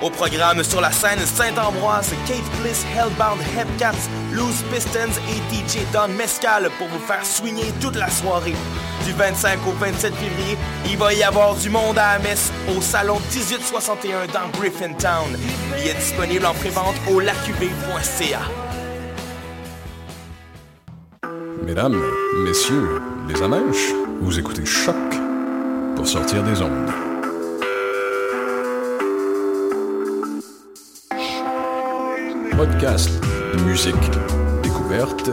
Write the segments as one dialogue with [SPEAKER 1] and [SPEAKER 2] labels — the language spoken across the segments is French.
[SPEAKER 1] Au programme sur la scène Saint-Ambroise, Kate Bliss, Hellbound, Hepcats, Loose Pistons et DJ Don Mescal pour vous faire swinguer toute la soirée. Du 25 au 27 février, il va y avoir du monde à la messe au salon 1861 dans Griffintown. Il est disponible en prévente au lacuvée.ca.
[SPEAKER 2] Mesdames, messieurs, les amèches, vous écoutez Choc pour sortir des ondes. Podcast, musique, découverte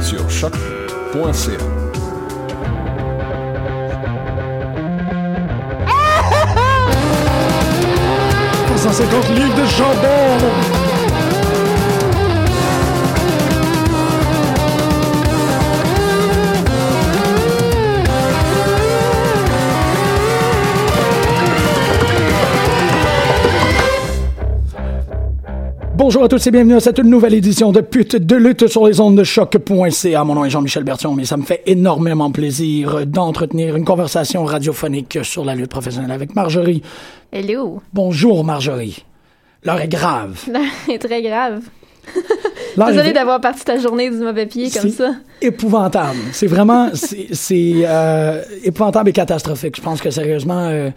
[SPEAKER 2] sur choc.ca.
[SPEAKER 3] livres de jambon! Bonjour à tous et bienvenue à cette nouvelle édition de Pute de lutte sur les ondes de choc.ca. Mon nom est Jean-Michel Bertion, mais ça me fait énormément plaisir d'entretenir une conversation radiophonique sur la lutte professionnelle avec Marjorie.
[SPEAKER 4] Hello.
[SPEAKER 3] Bonjour Marjorie. L'heure est grave.
[SPEAKER 4] C'est très grave.
[SPEAKER 3] L'heure
[SPEAKER 4] Désolée
[SPEAKER 3] est-
[SPEAKER 4] d'avoir parti ta journée du mauvais pied comme
[SPEAKER 3] C'est
[SPEAKER 4] ça.
[SPEAKER 3] Épouvantable. C'est vraiment c'est c'est, euh, épouvantable et catastrophique. Je pense que sérieusement, euh,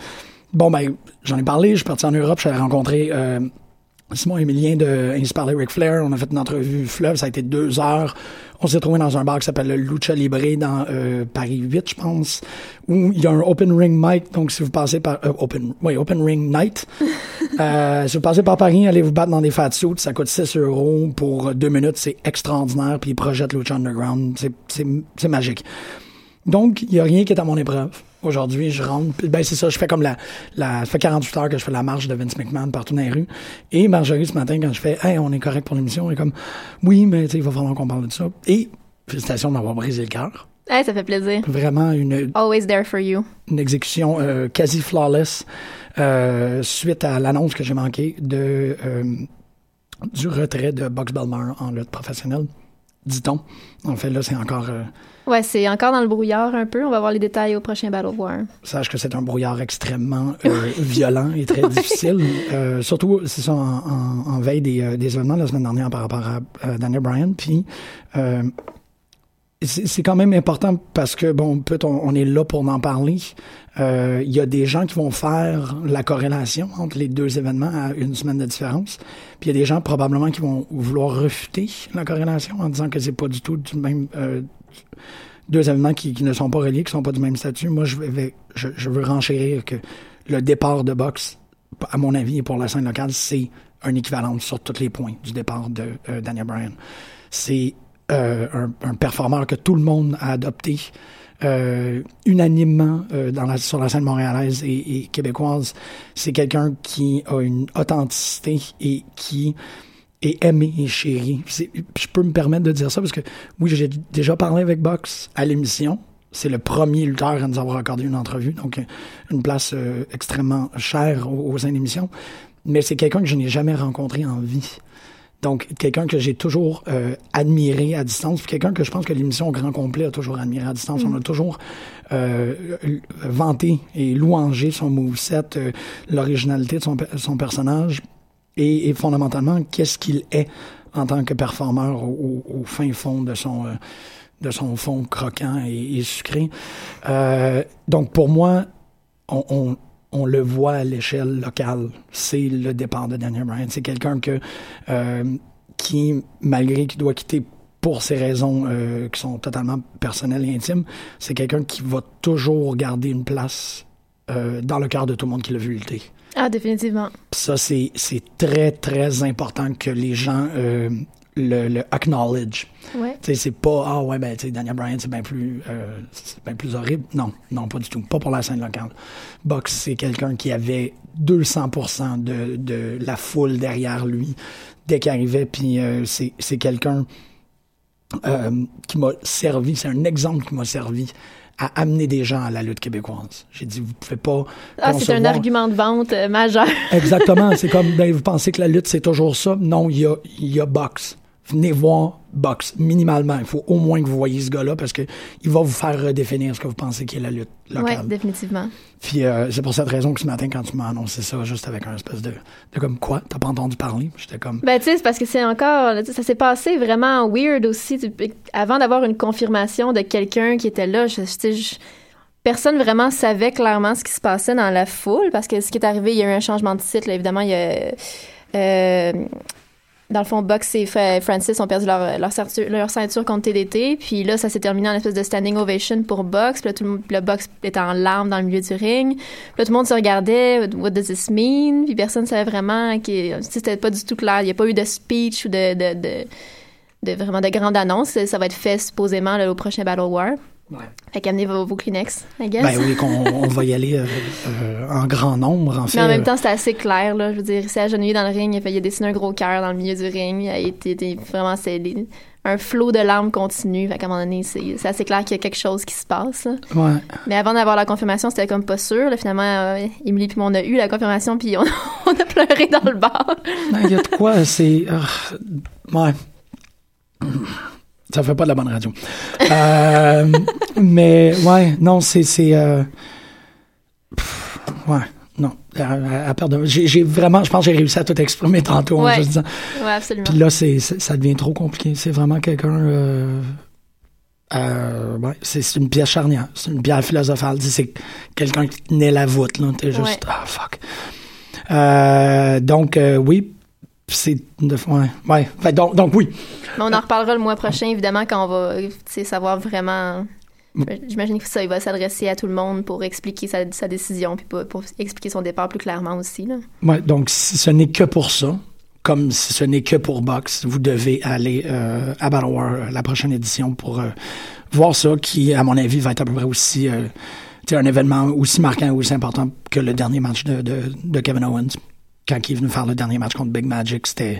[SPEAKER 3] bon ben j'en ai parlé. Je suis parti en Europe, j'avais rencontré euh, Simon Emilien de Inspiré Ric Flair. On a fait une entrevue fleuve, ça a été deux heures. On s'est trouvé dans un bar qui s'appelle le Lucha Libre dans euh, Paris 8, je pense, où il y a un open ring mic. Donc si vous passez par euh, open, oui, open ring night. Euh, si vous passez par Paris, allez vous battre dans des fat suits. Ça coûte 6 euros pour deux minutes. C'est extraordinaire. Puis ils projettent Lucha Underground. C'est- C'est c'est magique. Donc, il n'y a rien qui est à mon épreuve. Aujourd'hui, je rentre. puis Ben, c'est ça, je fais comme la, la. Ça fait 48 heures que je fais la marche de Vince McMahon partout dans les rues. Et Marjorie, ce matin, quand je fais Hey, on est correct pour l'émission, elle est comme Oui, mais tu sais, il va falloir qu'on parle de ça. Et félicitations d'avoir brisé le cœur.
[SPEAKER 4] Hey, ça fait plaisir.
[SPEAKER 3] Vraiment une,
[SPEAKER 4] Always there for you.
[SPEAKER 3] une exécution euh, quasi flawless euh, suite à l'annonce que j'ai manquée de, euh, du retrait de Box Belmar en lutte professionnelle, dit-on. En fait, là, c'est encore. euh,
[SPEAKER 4] Ouais, c'est encore dans le brouillard un peu. On va voir les détails au prochain Battle War.
[SPEAKER 3] sache que c'est un brouillard extrêmement euh, violent et très difficile. Euh, surtout, c'est ça, en, en- en veille des, euh, des événements la semaine dernière par rapport à euh, Daniel Bryan. Puis, euh, c'est c'est quand même important parce que, bon, peut on, on est là pour en parler. Euh, Il y a des gens qui vont faire la corrélation entre les deux événements à une semaine de différence. Puis il y a des gens probablement qui vont vouloir refuter la corrélation en disant que c'est pas du tout du même euh, deux événements qui, qui ne sont pas reliés, qui sont pas du même statut. Moi, je, vais, je, je veux renchérir que le départ de boxe, à mon avis, et pour la scène locale, c'est un équivalent sur tous les points du départ de euh, Daniel Bryan. C'est euh, un, un performeur que tout le monde a adopté euh, unanimement euh, dans la, sur la scène montréalaise et, et québécoise. C'est quelqu'un qui a une authenticité et qui et aimé et chéri. C'est- Je peux me permettre de dire ça parce que, oui, j'ai déjà parlé avec Box à l'émission. C'est le premier lutteur à nous avoir accordé une entrevue, donc euh, une place euh, extrêmement chère au, au sein de l'émission. Mais c'est quelqu'un que je n'ai jamais rencontré en vie. Donc, quelqu'un que j'ai toujours euh, admiré à distance, puis quelqu'un que je pense que l'émission au grand complet a toujours admiré à distance. On a toujours euh, l- vanté et louangé son moveset, euh, l'originalité de son, pe- son personnage et, et fondamentalement, qu'est-ce qu'il est en tant que performeur au, au- au fin fond de son, euh, de son fond croquant et, et sucré. Euh, donc, pour moi, on, on- on le voit à l'échelle locale. C'est le départ de Daniel Bryan. C'est quelqu'un que, euh, qui, malgré qu'il doit quitter pour ses raisons euh, qui sont totalement personnelles et intimes, c'est quelqu'un qui va toujours garder une place euh, dans le cœur de tout le monde qui l'a vu lutter.
[SPEAKER 4] Ah, définitivement.
[SPEAKER 3] Puis ça, c'est c'est très, très important que les gens euh, le, le acknowledge.
[SPEAKER 4] Ouais.
[SPEAKER 3] Tu sais, c'est pas ah ouais ben tu sais Daniel Bryan c'est bien plus euh, c'est bien plus horrible. Non, non pas du tout, pas pour la scène locale. Box c'est quelqu'un qui avait 200% de, de la foule derrière lui dès qu'il arrivait puis euh, c'est c'est quelqu'un euh, qui m'a servi, c'est un exemple qui m'a servi à amener des gens à la lutte québécoise. J'ai dit vous pouvez pas
[SPEAKER 4] Ah, c'est un
[SPEAKER 3] concevoir-
[SPEAKER 4] argument de vente euh, majeur.
[SPEAKER 3] Exactement. c'est comme, ben, vous pensez que la lutte, c'est toujours ça. Non, il y a, il y a boxe. Venez voir boxe, minimalement. Il faut au moins que vous voyez ce gars-là parce que il va vous faire redéfinir ce que vous pensez qu'est la lutte
[SPEAKER 4] Oui,
[SPEAKER 3] locale.
[SPEAKER 4] définitivement.
[SPEAKER 3] Puis euh, c'est pour cette raison que ce matin, quand tu m'as annoncé ça, juste avec un espèce de, de comme quoi, t'as pas entendu parler. J'étais comme,
[SPEAKER 4] Ben, tu sais, c'est parce que c'est encore. là, tu sais, Ça s'est passé vraiment weird aussi. Tu- Avant d'avoir une confirmation de quelqu'un qui était là, je, tu sais, je- personne vraiment savait clairement ce qui se passait dans la foule parce que ce qui est arrivé, il y a eu un changement de titre. là, évidemment, il y a. euh, dans le fond, Box et Fra- Francis ont perdu leur, leur, ceinture, leur ceinture contre TDT. Puis là, ça s'est terminé en espèce de standing ovation pour Box. Puis là, tout le, monde- puis là, Box était en larmes dans le milieu du ring. Puis là, tout le monde se regardait. What does this mean? Puis personne savait vraiment. Qui, c'était pas du tout clair. Il n'y a pas eu de speech ou de, de, de, de- vraiment de grande annonce. Ça va être fait supposément là, au prochain Battle War. Fait qu'amenez vos, vos Kleenex, I guess.
[SPEAKER 3] ben oui, qu'on on va y aller euh, euh, en grand nombre, en fait.
[SPEAKER 4] Mais en même temps, c'était assez clair, là. Je veux dire, il s'est agenouillé dans le ring, il a, fait, il a dessiné un gros cœur dans le milieu du ring. Il a été, été- vraiment, c'est des- un flot de larmes continu. Fait qu'à un moment donné, c'est c'est assez clair qu'il y a quelque chose qui se passe, là.
[SPEAKER 3] Ouais.
[SPEAKER 4] Mais avant d'avoir la confirmation, c'était comme pas sûr. Là, finalement, euh, Emily puis moi, on a eu la confirmation, puis on, on a pleuré dans le bar.
[SPEAKER 3] Non, Ben, Il y a de quoi, c'est. ah, ouais. Ça fait pas de la bonne radio. Euh, mais, ouais, non, c'est. c'est euh, pff, ouais, non. À, à- à perdre- J'ai j'ai vraiment, je pense que j'ai réussi à tout exprimer tantôt en
[SPEAKER 4] Ouais.
[SPEAKER 3] juste disant.
[SPEAKER 4] Ouais, absolument.
[SPEAKER 3] Puis là, c'est- c'est- ça devient trop compliqué. C'est vraiment quelqu'un. euh, euh, ouais, c'est c'est une pièce charnière. C'est une pierre philosophale. Tu sais, C'est quelqu'un qui tenait la voûte. là. T'es juste.
[SPEAKER 4] Ouais.
[SPEAKER 3] Ah, fuck. Euh, donc, euh, oui. C'est. de- Ouais. ouais. Fait donc, donc, oui.
[SPEAKER 4] Mais on en reparlera le mois prochain, évidemment, quand on va tu sais, savoir vraiment.
[SPEAKER 3] Mm.
[SPEAKER 4] J'imagine que ça, il va s'adresser à tout le monde pour expliquer sa, sa décision, puis pour, pour expliquer son départ plus clairement aussi, là.
[SPEAKER 3] Ouais, donc, si ce n'est que pour ça, comme si ce n'est que pour Box, vous devez aller euh, à Battle War, euh, la prochaine édition, pour euh, voir ça, qui, à mon avis, va être à peu près aussi euh, tu sais, un événement aussi marquant, aussi important que le dernier match de, de- de Kevin Owens. Quand il est venu faire le dernier match contre Big Magic, c'était.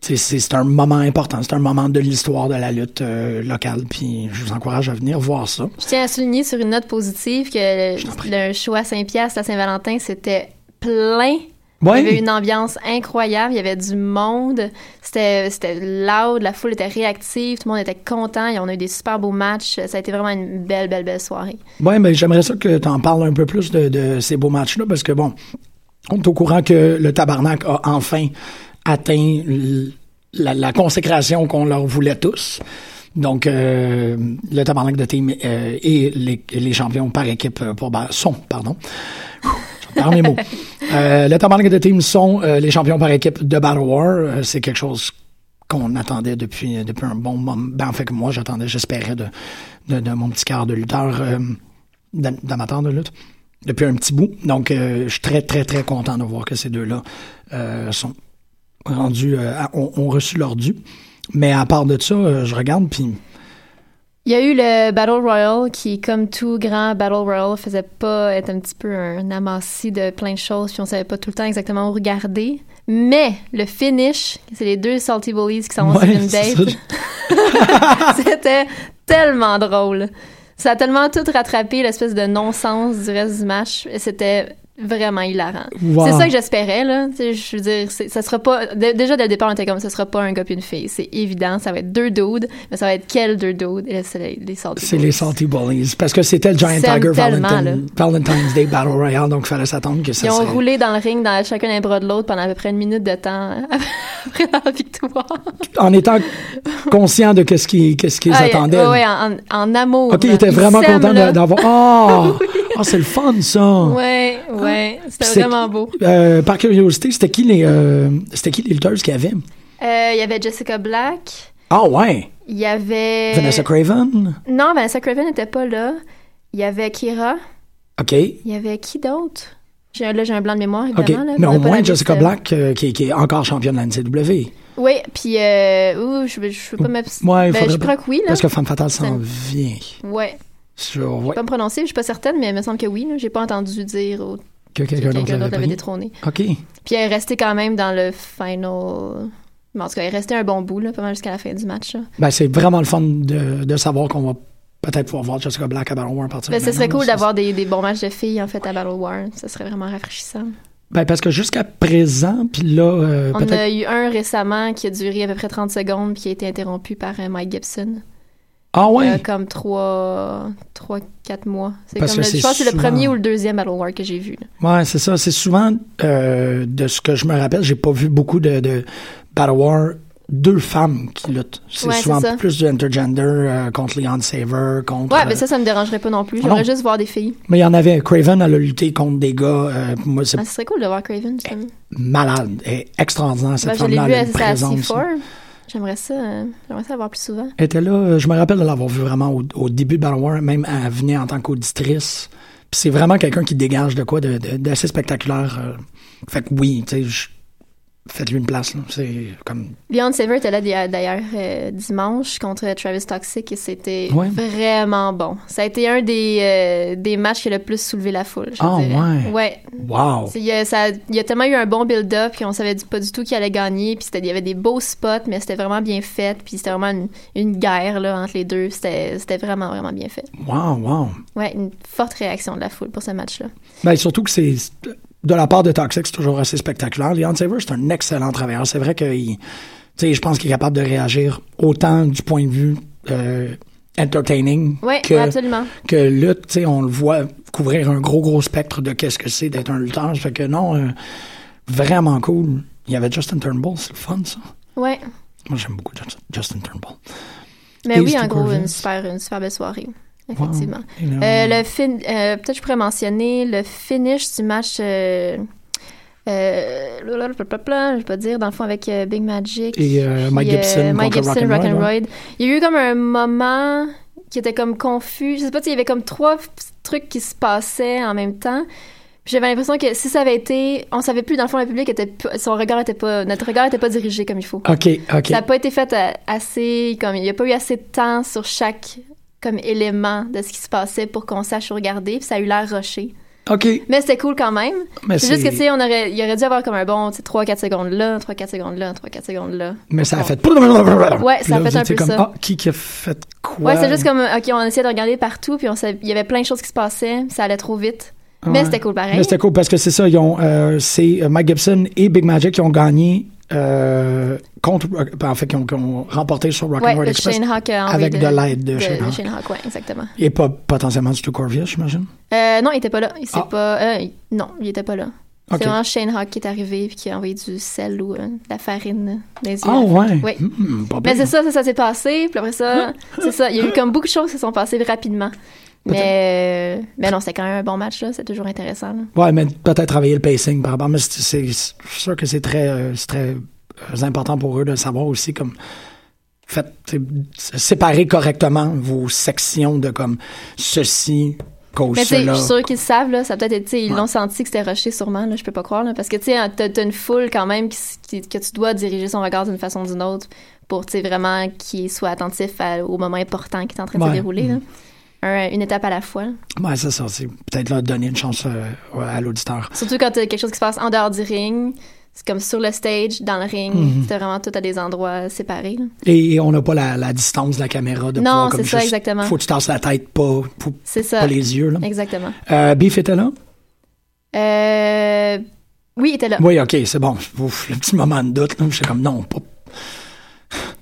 [SPEAKER 3] tu sais, C'est c'est un moment important, c'est un moment de l'histoire de la lutte euh, locale, puis je vous encourage à venir voir ça.
[SPEAKER 4] Je tiens à souligner sur une note positive que
[SPEAKER 3] t'en prie.
[SPEAKER 4] le, le show à Saint-Pierre, à Saint-Valentin, c'était plein. Il y avait une ambiance incroyable, il y avait du monde, c'était c'était loud, la foule était réactive, tout le monde était content, et on a eu des super beaux matchs, ça a été vraiment une belle, belle, belle soirée.
[SPEAKER 3] Oui, mais j'aimerais ça que tu en parles un peu plus de, de ces beaux matchs-là, parce que bon, on est au courant que le Tabarnak a enfin atteint l- la, la consécration qu'on leur voulait tous. Donc, euh, le Tabarnak de team euh, et les, et les champions par équipe euh, pour ba- sont, pardon. Par mes mots. Euh, le Tabarnak de team sont euh, les champions par équipe de Battle War. Euh, C'est quelque chose qu'on attendait depuis, depuis un bon moment. Ben, en fait, que moi, j'attendais, j'espérais de, de, de mon petit cœur de lutteur, euh, d'am- d'amateur de lutte, depuis un petit bout. Donc, euh, je suis très, très, très content de voir que ces deux-là euh, sont rendus, euh, à- ont, ont reçu leur dû. Mais à part de ça, euh, je regarde, puis
[SPEAKER 4] Il y a eu le Battle Royale qui, comme tout grand Battle Royale, faisait pas être un petit peu un amassis de plein de choses, puis on savait pas tout le temps exactement où regarder. Mais le finish, c'est les deux Salty Bullies qui sont en
[SPEAKER 3] Ouais,
[SPEAKER 4] une
[SPEAKER 3] c'est
[SPEAKER 4] date. C'était tellement drôle. Ça a tellement tout rattrapé l'espèce de non-sens du reste du match. C'était vraiment hilarant.
[SPEAKER 3] Wow.
[SPEAKER 4] C'est ça que j'espérais, là. Tu sais, Je veux dire, c'est- ça sera pas. dé- déjà, dès le départ, on était comme, ce sera pas un gars puis une fille. C'est évident, ça va être deux dudes, mais ça va être quel deux dudes? Et là, c'est les, les Salty
[SPEAKER 3] c'est
[SPEAKER 4] Boys.
[SPEAKER 3] les Salty Bullies. Parce que c'était le Giant
[SPEAKER 4] Ils s'aiment
[SPEAKER 3] Tiger
[SPEAKER 4] tellement,
[SPEAKER 3] Valentine- Valentine's Day Battle Royale, donc il fallait s'attendre que ça
[SPEAKER 4] Ils ont
[SPEAKER 3] serait-
[SPEAKER 4] roulé dans le ring, dans chacun un bras de l'autre, pendant à peu près une minute de temps hein, après la victoire.
[SPEAKER 3] En étant conscient de qu'est-ce qui, qu'est-ce qui les
[SPEAKER 4] Ah,
[SPEAKER 3] attendait.
[SPEAKER 4] ouais, ouais, en, en amour.
[SPEAKER 3] OK, il
[SPEAKER 4] là.
[SPEAKER 3] était
[SPEAKER 4] Ils
[SPEAKER 3] vraiment
[SPEAKER 4] s'aiment,
[SPEAKER 3] content
[SPEAKER 4] là.
[SPEAKER 3] de- d'avoir. Oh! oh, c'est le fun, ça!
[SPEAKER 4] Ouais, ouais,
[SPEAKER 3] Ah.
[SPEAKER 4] c'était
[SPEAKER 3] Puis c'est-
[SPEAKER 4] vraiment beau.
[SPEAKER 3] Euh, par curiosité, c'était qui les, euh, c'était qui les lutteuses qu'il y avait?
[SPEAKER 4] Euh, Il y avait Jessica Black,
[SPEAKER 3] Ah ouais!
[SPEAKER 4] il y avait...
[SPEAKER 3] Vanessa Craven?
[SPEAKER 4] Non, Vanessa Craven n'était pas là. Il y avait Kira,
[SPEAKER 3] OK.
[SPEAKER 4] il y avait qui d'autre? J'ai- Là, j'ai un blanc de mémoire,
[SPEAKER 3] OK.
[SPEAKER 4] évidemment. là,
[SPEAKER 3] Mais
[SPEAKER 4] on
[SPEAKER 3] au
[SPEAKER 4] a pas la
[SPEAKER 3] moins,
[SPEAKER 4] liste.
[SPEAKER 3] Jessica Black, euh, qui, est- qui est encore championne de la NCW.
[SPEAKER 4] Oui, puis... Euh, ouh, je ne peux pas m'abs-
[SPEAKER 3] Ouais, il
[SPEAKER 4] ben,
[SPEAKER 3] faudrait
[SPEAKER 4] Je
[SPEAKER 3] pas-
[SPEAKER 4] crois que oui, là.
[SPEAKER 3] Parce que Femme Fatale s'en
[SPEAKER 4] Ça-
[SPEAKER 3] vient.
[SPEAKER 4] Ouais,
[SPEAKER 3] Sur, ouais,
[SPEAKER 4] je peux pas me prononcer, je suis pas certaine, mais il me semble que oui. là. J'ai pas entendu dire au-
[SPEAKER 3] que
[SPEAKER 4] que
[SPEAKER 3] quelqu'un d'autre
[SPEAKER 4] quelqu'un
[SPEAKER 3] l'avait
[SPEAKER 4] d'autre l'avait
[SPEAKER 3] pris.
[SPEAKER 4] détrôné.
[SPEAKER 3] OK.
[SPEAKER 4] Puis elle est restée quand même dans le final... Bon, en tout cas, elle est restée un bon bout, là, pas mal jusqu'à la fin du match. là.
[SPEAKER 3] Ben, c'est vraiment le fun de, de savoir qu'on va peut-être pouvoir voir Jessica Black à Battle War à partir
[SPEAKER 4] Ben,
[SPEAKER 3] de
[SPEAKER 4] ce serait
[SPEAKER 3] maintenant,
[SPEAKER 4] cool
[SPEAKER 3] ça,
[SPEAKER 4] d'avoir des, des bons matchs de filles, en fait, à Battle War. Ce serait vraiment rafraîchissant.
[SPEAKER 3] Ben, parce que jusqu'à présent, puis là, euh,
[SPEAKER 4] On
[SPEAKER 3] peut-être.
[SPEAKER 4] a eu un récemment qui a duré à peu près 30 secondes puis qui a été interrompu par euh, Mike Gibson.
[SPEAKER 3] Ah ouais!
[SPEAKER 4] Euh, comme 3, trois 4 mois. C'est
[SPEAKER 3] Parce
[SPEAKER 4] comme
[SPEAKER 3] que
[SPEAKER 4] le-
[SPEAKER 3] c'est
[SPEAKER 4] je pense que c'est le
[SPEAKER 3] souvent-
[SPEAKER 4] premier ou le deuxième Battle War que j'ai vu. là.
[SPEAKER 3] Ouais, c'est ça. C'est souvent, euh, de ce que je me rappelle, j'ai pas vu beaucoup de, de Battle War, deux femmes qui luttent. C'est
[SPEAKER 4] Ouais, c'est
[SPEAKER 3] souvent
[SPEAKER 4] ça.
[SPEAKER 3] plus du intergender euh, contre Leon Saver, contre.
[SPEAKER 4] Ouais, mais ça, ça me dérangerait pas non plus.
[SPEAKER 3] Ah non.
[SPEAKER 4] J'aimerais juste voir des filles.
[SPEAKER 3] Mais il y en avait. Craven, elle a lutté contre des gars. euh, moi, c'est Eh,
[SPEAKER 4] Ah, ce serait cool de voir Craven, justement.
[SPEAKER 3] malade. Elle est extraordinaire,
[SPEAKER 4] Ben,
[SPEAKER 3] cette
[SPEAKER 4] je l'ai
[SPEAKER 3] femme-là.
[SPEAKER 4] vu
[SPEAKER 3] elle a
[SPEAKER 4] à,
[SPEAKER 3] une
[SPEAKER 4] à
[SPEAKER 3] présence.
[SPEAKER 4] C4. J'aimerais ça, euh, j'aimerais ça la voir plus souvent.
[SPEAKER 3] Elle était là. euh, Je me rappelle de l'avoir vue vraiment au, au début de Battle War, même elle venait en tant qu'auditrice. Puis c'est vraiment quelqu'un qui dégage de quoi de- de- d'assez spectaculaire. euh. Fait que oui, tu sais, je- faites-lui une place. là. C'est comme.
[SPEAKER 4] Leon Saver était là d'hi- d'ailleurs euh, dimanche contre Travis Toxic et c'était
[SPEAKER 3] Ouais.
[SPEAKER 4] vraiment bon. Ça a été un des, euh, des matchs qui a le plus soulevé la foule. je
[SPEAKER 3] Ah,
[SPEAKER 4] dirais.
[SPEAKER 3] ouais.
[SPEAKER 4] Ouais.
[SPEAKER 3] Wow!
[SPEAKER 4] C'est- Il y, a, ça- il y a tellement eu un bon build-up puis on savait du- pas du tout qui allait gagner puis c'était- il y avait des beaux spots mais c'était vraiment bien fait puis c'était vraiment une, une guerre là, entre les deux. C'était c'était vraiment vraiment bien fait.
[SPEAKER 3] Wow, wow!
[SPEAKER 4] Ouais, une forte réaction de la foule pour ce match-là.
[SPEAKER 3] Ben, surtout que c'est. De la part de Toxic, c'est toujours assez spectaculaire. Leon Saver, c'est un excellent travailleur. C'est vrai qu'il. Tu sais, je pense qu'il est capable de réagir autant du point de vue euh, entertaining
[SPEAKER 4] Ouais,
[SPEAKER 3] que,
[SPEAKER 4] ouais, absolument.
[SPEAKER 3] que lutte. Tu sais, on le voit couvrir un gros, gros spectre de qu'est-ce que c'est d'être un lutteur. Ça fait que non, euh, vraiment cool. Il y avait Justin Turnbull, c'est le fun, ça.
[SPEAKER 4] Ouais.
[SPEAKER 3] Moi, j'aime beaucoup Just- Justin Turnbull.
[SPEAKER 4] Mais
[SPEAKER 3] Et
[SPEAKER 4] oui,
[SPEAKER 3] Stu
[SPEAKER 4] en gros,
[SPEAKER 3] Corvins.
[SPEAKER 4] une super, une super belle soirée. Effectivement.
[SPEAKER 3] Et là,
[SPEAKER 4] Euh, le fin- euh, peut-être je pourrais mentionner le finish du match. Euh, euh, blablabla, je vais pas dire, dans le fond, avec euh, Big Magic.
[SPEAKER 3] Et, euh, Mike
[SPEAKER 4] puis,
[SPEAKER 3] Gibson
[SPEAKER 4] Mike
[SPEAKER 3] contre
[SPEAKER 4] Gibson,
[SPEAKER 3] Rock'n'Roll,
[SPEAKER 4] Rock'n'Roll. Il y a eu comme un moment qui était comme confus. Je sais pas, tu sais, il y avait comme trois f- trucs qui se passaient en même temps. Puis J'avais l'impression que si ça avait été, on savait plus dans le fond le public était, p- son regard était pas, notre regard était pas dirigé comme il faut.
[SPEAKER 3] OK, OK.
[SPEAKER 4] Ça n'a pas été fait euh, assez, comme il n'y a pas eu assez de temps sur chaque comme élément de ce qui se passait pour qu'on sache regarder, puis ça a eu l'air rushé.
[SPEAKER 3] OK.
[SPEAKER 4] Mais c'était cool quand même.
[SPEAKER 3] Mais
[SPEAKER 4] C'est juste que, tu
[SPEAKER 3] c'est.
[SPEAKER 4] sais, on aurait, il aurait dû avoir comme un bon, tu sais, 3-4 secondes là, 3-4 secondes là, 3-4 secondes là.
[SPEAKER 3] Mais ça a
[SPEAKER 4] Bon.
[SPEAKER 3] fait. Ouais,
[SPEAKER 4] ça a fait un peu
[SPEAKER 3] comme,
[SPEAKER 4] ça.
[SPEAKER 3] Ah, qui, qui a fait quoi?
[SPEAKER 4] Ouais, c'est juste comme, OK, on essayait de regarder partout, puis on savait- il y avait plein de choses qui se passaient, ça allait trop vite.
[SPEAKER 3] Ouais.
[SPEAKER 4] Mais c'était cool pareil.
[SPEAKER 3] Mais c'était cool parce que c'est ça, ils ont, euh, c'est euh, Mike Gibson et Big Magic qui ont gagné euh, contre, Rock- en fait, qui ont, qui ont remporté sur Rock
[SPEAKER 4] ouais,
[SPEAKER 3] and Roll
[SPEAKER 4] le
[SPEAKER 3] Express
[SPEAKER 4] Shane Hawk euh, a enlevé
[SPEAKER 3] avec de, l'aide de, Shane Hawk.
[SPEAKER 4] Hawk, ouais, exactement.
[SPEAKER 3] et pas potentiellement du tout Corvia, j'imagine.
[SPEAKER 4] Euh, non, il était pas là. Il s'est
[SPEAKER 3] Ah.
[SPEAKER 4] pas. euh, il- non, il était pas là.
[SPEAKER 3] Ok.
[SPEAKER 4] C'est vraiment Shane Hawk qui est arrivé puis qui a envoyé du sel ou euh, de la farine dans les yeux.
[SPEAKER 3] Ah ouais.
[SPEAKER 4] Oui.
[SPEAKER 3] Hmm, pas
[SPEAKER 4] Mais
[SPEAKER 3] pire.
[SPEAKER 4] c'est ça, ça, ça s'est passé. Puis après ça, c'est ça. Il y a eu comme beaucoup de choses qui se sont passées rapidement. Mais, euh, mais non, c'était quand même un bon match, là. C'est toujours intéressant. là.
[SPEAKER 3] Ouais, mais peut-être travailler le pacing par rapport. Mais c'est- c'est c'est sûr que c'est très, euh, c'est très euh, important pour eux de savoir aussi comme faites tu sais, séparer correctement vos sections de comme ceci cause
[SPEAKER 4] Mais tu sais, je
[SPEAKER 3] cela.
[SPEAKER 4] suis sûre qu'ils le savent, là. Ça a peut-être été. tu sais, Ils
[SPEAKER 3] Ouais.
[SPEAKER 4] l'ont senti que c'était rushé, sûrement, là. Je peux pas croire, là. Parce que, tu sais, hein, t'as t'as une foule quand même qui, s- qui- que tu dois diriger son regard d'une façon ou d'une autre pour, tu sais, vraiment qu'il soit attentif à- au moment important qui est en train de
[SPEAKER 3] Ouais. Mm-hmm.
[SPEAKER 4] se dérouler, là. Un- une étape à la fois. là.
[SPEAKER 3] Ouais, c'est ça. C'est peut-être là donner une chance euh, ouais, à l'auditeur.
[SPEAKER 4] Surtout quand t'as quelque chose qui se passe en dehors du ring, c'est comme sur le stage, dans le ring,
[SPEAKER 3] Mm-hmm.
[SPEAKER 4] c'était vraiment tout à des endroits séparés. là.
[SPEAKER 3] Et, et on n'a pas la, la distance de la caméra de
[SPEAKER 4] Non,
[SPEAKER 3] pouvoir comme
[SPEAKER 4] c'est ça,
[SPEAKER 3] juste-
[SPEAKER 4] exactement.
[SPEAKER 3] Faut que tu tasses la tête, pas, pas,
[SPEAKER 4] C'est ça.
[SPEAKER 3] pas les yeux. Là.
[SPEAKER 4] Exactement.
[SPEAKER 3] Euh, Beef était là?
[SPEAKER 4] Euh... Oui, il était là.
[SPEAKER 3] Oui, ok, c'est bon. Ouf, le petit moment de doute, là, j'étais comme non, pas.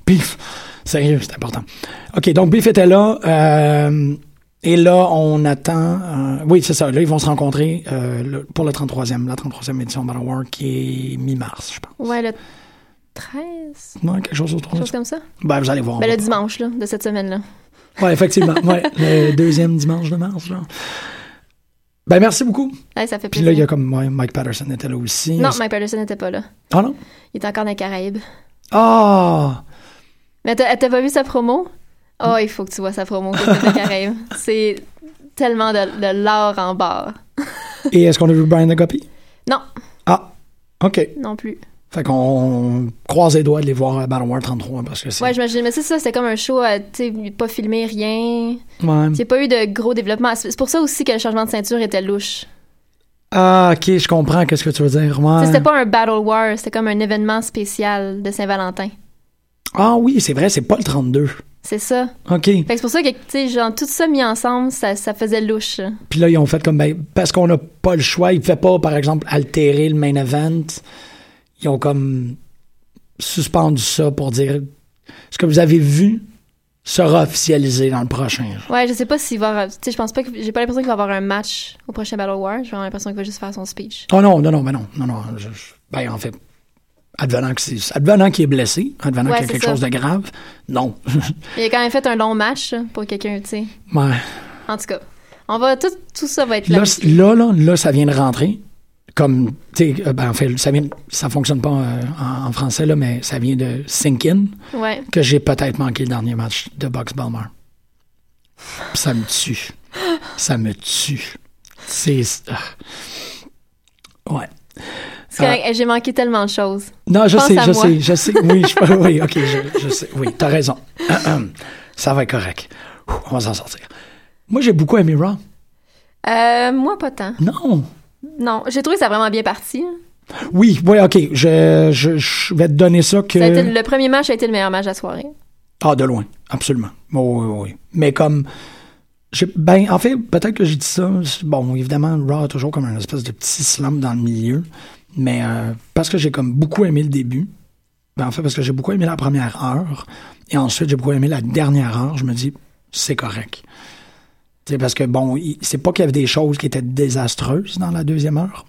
[SPEAKER 3] Beef. Sérieux, c'est important. Ok, donc Beef était là. euh, et là, on attend. euh, oui, c'est ça. Là, ils vont se rencontrer euh, le- pour le 33e, la 33e édition Battle War qui est mi-mars, je pense.
[SPEAKER 4] Ouais, le 13,
[SPEAKER 3] Ouais, quelque chose autour
[SPEAKER 4] quelque
[SPEAKER 3] de
[SPEAKER 4] chose
[SPEAKER 3] ça.
[SPEAKER 4] comme ça.
[SPEAKER 3] Ben, vous allez voir. on
[SPEAKER 4] Ben,
[SPEAKER 3] va
[SPEAKER 4] le dimanche, là, de cette semaine-là.
[SPEAKER 3] Ouais, effectivement. ouais, le deuxième dimanche de mars, genre. Ben, merci beaucoup.
[SPEAKER 4] Ouais, ça fait
[SPEAKER 3] Puis là, il y a
[SPEAKER 4] plaisir.
[SPEAKER 3] comme ouais, Mike Patterson était là aussi.
[SPEAKER 4] Non,
[SPEAKER 3] Est-ce-
[SPEAKER 4] Mike Patterson n'était pas là.
[SPEAKER 3] Ah non?
[SPEAKER 4] Il était encore dans les Caraïbes.
[SPEAKER 3] Ah!
[SPEAKER 4] Mais t'as t'as pas vu sa promo? Oh, il faut que tu vois sa promo qui est dans les Caraïbes. C'est tellement de, de l'or en barre.
[SPEAKER 3] Et est-ce qu'on a vu Brian Agapi?
[SPEAKER 4] Non,
[SPEAKER 3] Ah! OK.
[SPEAKER 4] non plus.
[SPEAKER 3] Fait qu'on croise les doigts de les voir à Battle War 33 parce que c'est.
[SPEAKER 4] Ouais, j'imagine. Mais c'est ça, c'était comme un show, euh, tu sais, pas filmé, rien.
[SPEAKER 3] Ouais.
[SPEAKER 4] Il n'y a pas eu de gros développement. C'est pour ça aussi que le changement de ceinture était louche.
[SPEAKER 3] Ah, OK, je comprends qu'est-ce que tu veux dire.
[SPEAKER 4] Tu
[SPEAKER 3] Ouais.
[SPEAKER 4] sais, C'était pas un Battle War, c'était comme un événement spécial de Saint-Valentin.
[SPEAKER 3] Ah oui, c'est vrai, c'est pas le 32.
[SPEAKER 4] C'est ça.
[SPEAKER 3] OK.
[SPEAKER 4] Fait que c'est pour ça que, tu sais, genre, tout ça mis ensemble, ça, ça faisait louche. là.
[SPEAKER 3] Puis là, ils ont fait comme, ben, parce qu'on n'a pas le choix, ils ne pouvaient pas, par exemple, altérer le main event. Ils ont comme suspendu ça pour dire ce que vous avez vu sera officialisé dans le prochain.
[SPEAKER 4] Ouais, je sais pas s'il va. Tu sais, je pense pas que. J'ai pas l'impression qu'il va avoir un match au prochain Battle War. J'ai vraiment l'impression qu'il va juste faire son speech.
[SPEAKER 3] Oh non, non, non, mais non, non, non. je- je- ben, en fait, advenant que c'est- advenant qu'il est blessé, advenant
[SPEAKER 4] Ouais,
[SPEAKER 3] qu'il y a
[SPEAKER 4] c'est
[SPEAKER 3] quelque
[SPEAKER 4] ça.
[SPEAKER 3] chose de grave, non.
[SPEAKER 4] Il a quand même fait un long match là, pour quelqu'un, tu sais.
[SPEAKER 3] Ouais.
[SPEAKER 4] En tout cas, on va. Tout, tout ça va être là.
[SPEAKER 3] Ben, Là, c- là, là, là, ça vient de rentrer. Comme, tu sais, euh, ben, en fait, ça vient, ça fonctionne pas euh, en, en français, là, mais ça vient de sink in.
[SPEAKER 4] Ouais.
[SPEAKER 3] que j'ai peut-être manqué le dernier match de Box Balmer. Ça me tue. Ça me tue. C'est. ah. Ouais.
[SPEAKER 4] C'est correct. Eh, J'ai manqué tellement de choses.
[SPEAKER 3] Non, je
[SPEAKER 4] Pense
[SPEAKER 3] sais,
[SPEAKER 4] à
[SPEAKER 3] je
[SPEAKER 4] moi.
[SPEAKER 3] sais, je sais. Oui, je, oui, ok, je, je sais. Oui, t'as raison. Euh, Ça va être correct. Ouh, On va s'en sortir. Moi, j'ai beaucoup aimé Raw.
[SPEAKER 4] Euh, moi, pas tant.
[SPEAKER 3] Non.
[SPEAKER 4] Non, j'ai trouvé ça vraiment bien parti. hein.
[SPEAKER 3] Oui, oui, ok. Je, je, je vais te donner ça que.
[SPEAKER 4] Ça a été le, le premier match a été le meilleur match de la soirée.
[SPEAKER 3] Ah, de loin, absolument. Oui, oui, oui. Mais comme. j'ai- Ben, en fait, peut-être que j'ai dit ça. c'est- Bon, évidemment, Raw a toujours comme un espèce de petit slam dans le milieu. Mais euh, parce que j'ai comme beaucoup aimé le début. Ben, en fait, parce que j'ai beaucoup aimé la première heure. Et ensuite, j'ai beaucoup aimé la dernière heure. Je me dis, c'est correct. Tu sais, parce que bon, il- c'est pas qu'il y avait des choses qui étaient désastreuses dans la deuxième heure.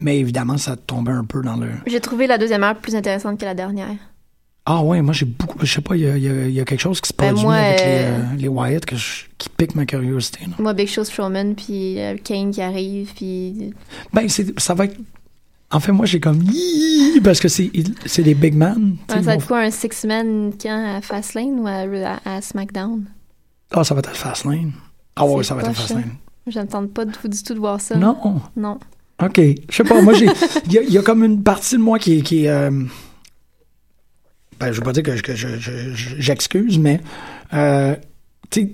[SPEAKER 3] Mais évidemment, ça tombait un peu dans le.
[SPEAKER 4] J'ai trouvé la deuxième heure plus intéressante que la dernière.
[SPEAKER 3] Ah ouais, moi j'ai beaucoup. Je sais pas, il y a, il y a- il y a quelque chose qui se
[SPEAKER 4] Ben,
[SPEAKER 3] produit
[SPEAKER 4] moi,
[SPEAKER 3] avec
[SPEAKER 4] euh,
[SPEAKER 3] les, euh, les Wyatt que je- qui pique ma curiosité. là.
[SPEAKER 4] Moi, Big Show Strowman, puis euh, Kane qui arrive, puis...
[SPEAKER 3] Ben, c'est- ça va être. En fait, moi j'ai comme. Hiiii parce que c'est il- c'est des big man. tu sais,
[SPEAKER 4] Ouais, ça va
[SPEAKER 3] ils
[SPEAKER 4] être
[SPEAKER 3] vont-
[SPEAKER 4] quoi, un six-man quand à Fastlane ou à, à- à SmackDown?
[SPEAKER 3] Ah, ça va être Fastlane. Ah ouais,
[SPEAKER 4] C'est
[SPEAKER 3] ça va être
[SPEAKER 4] poche,
[SPEAKER 3] Fastlane.
[SPEAKER 4] Je ne tente pas du tout, du tout de voir ça.
[SPEAKER 3] Non.
[SPEAKER 4] Non.
[SPEAKER 3] OK. Je sais pas, moi j'ai. Il y, a- il y a comme une partie de moi qui. est- qui est, euh, Ben, je veux pas dire que je- que je- je- je- j'excuse, mais. euh, tu sais.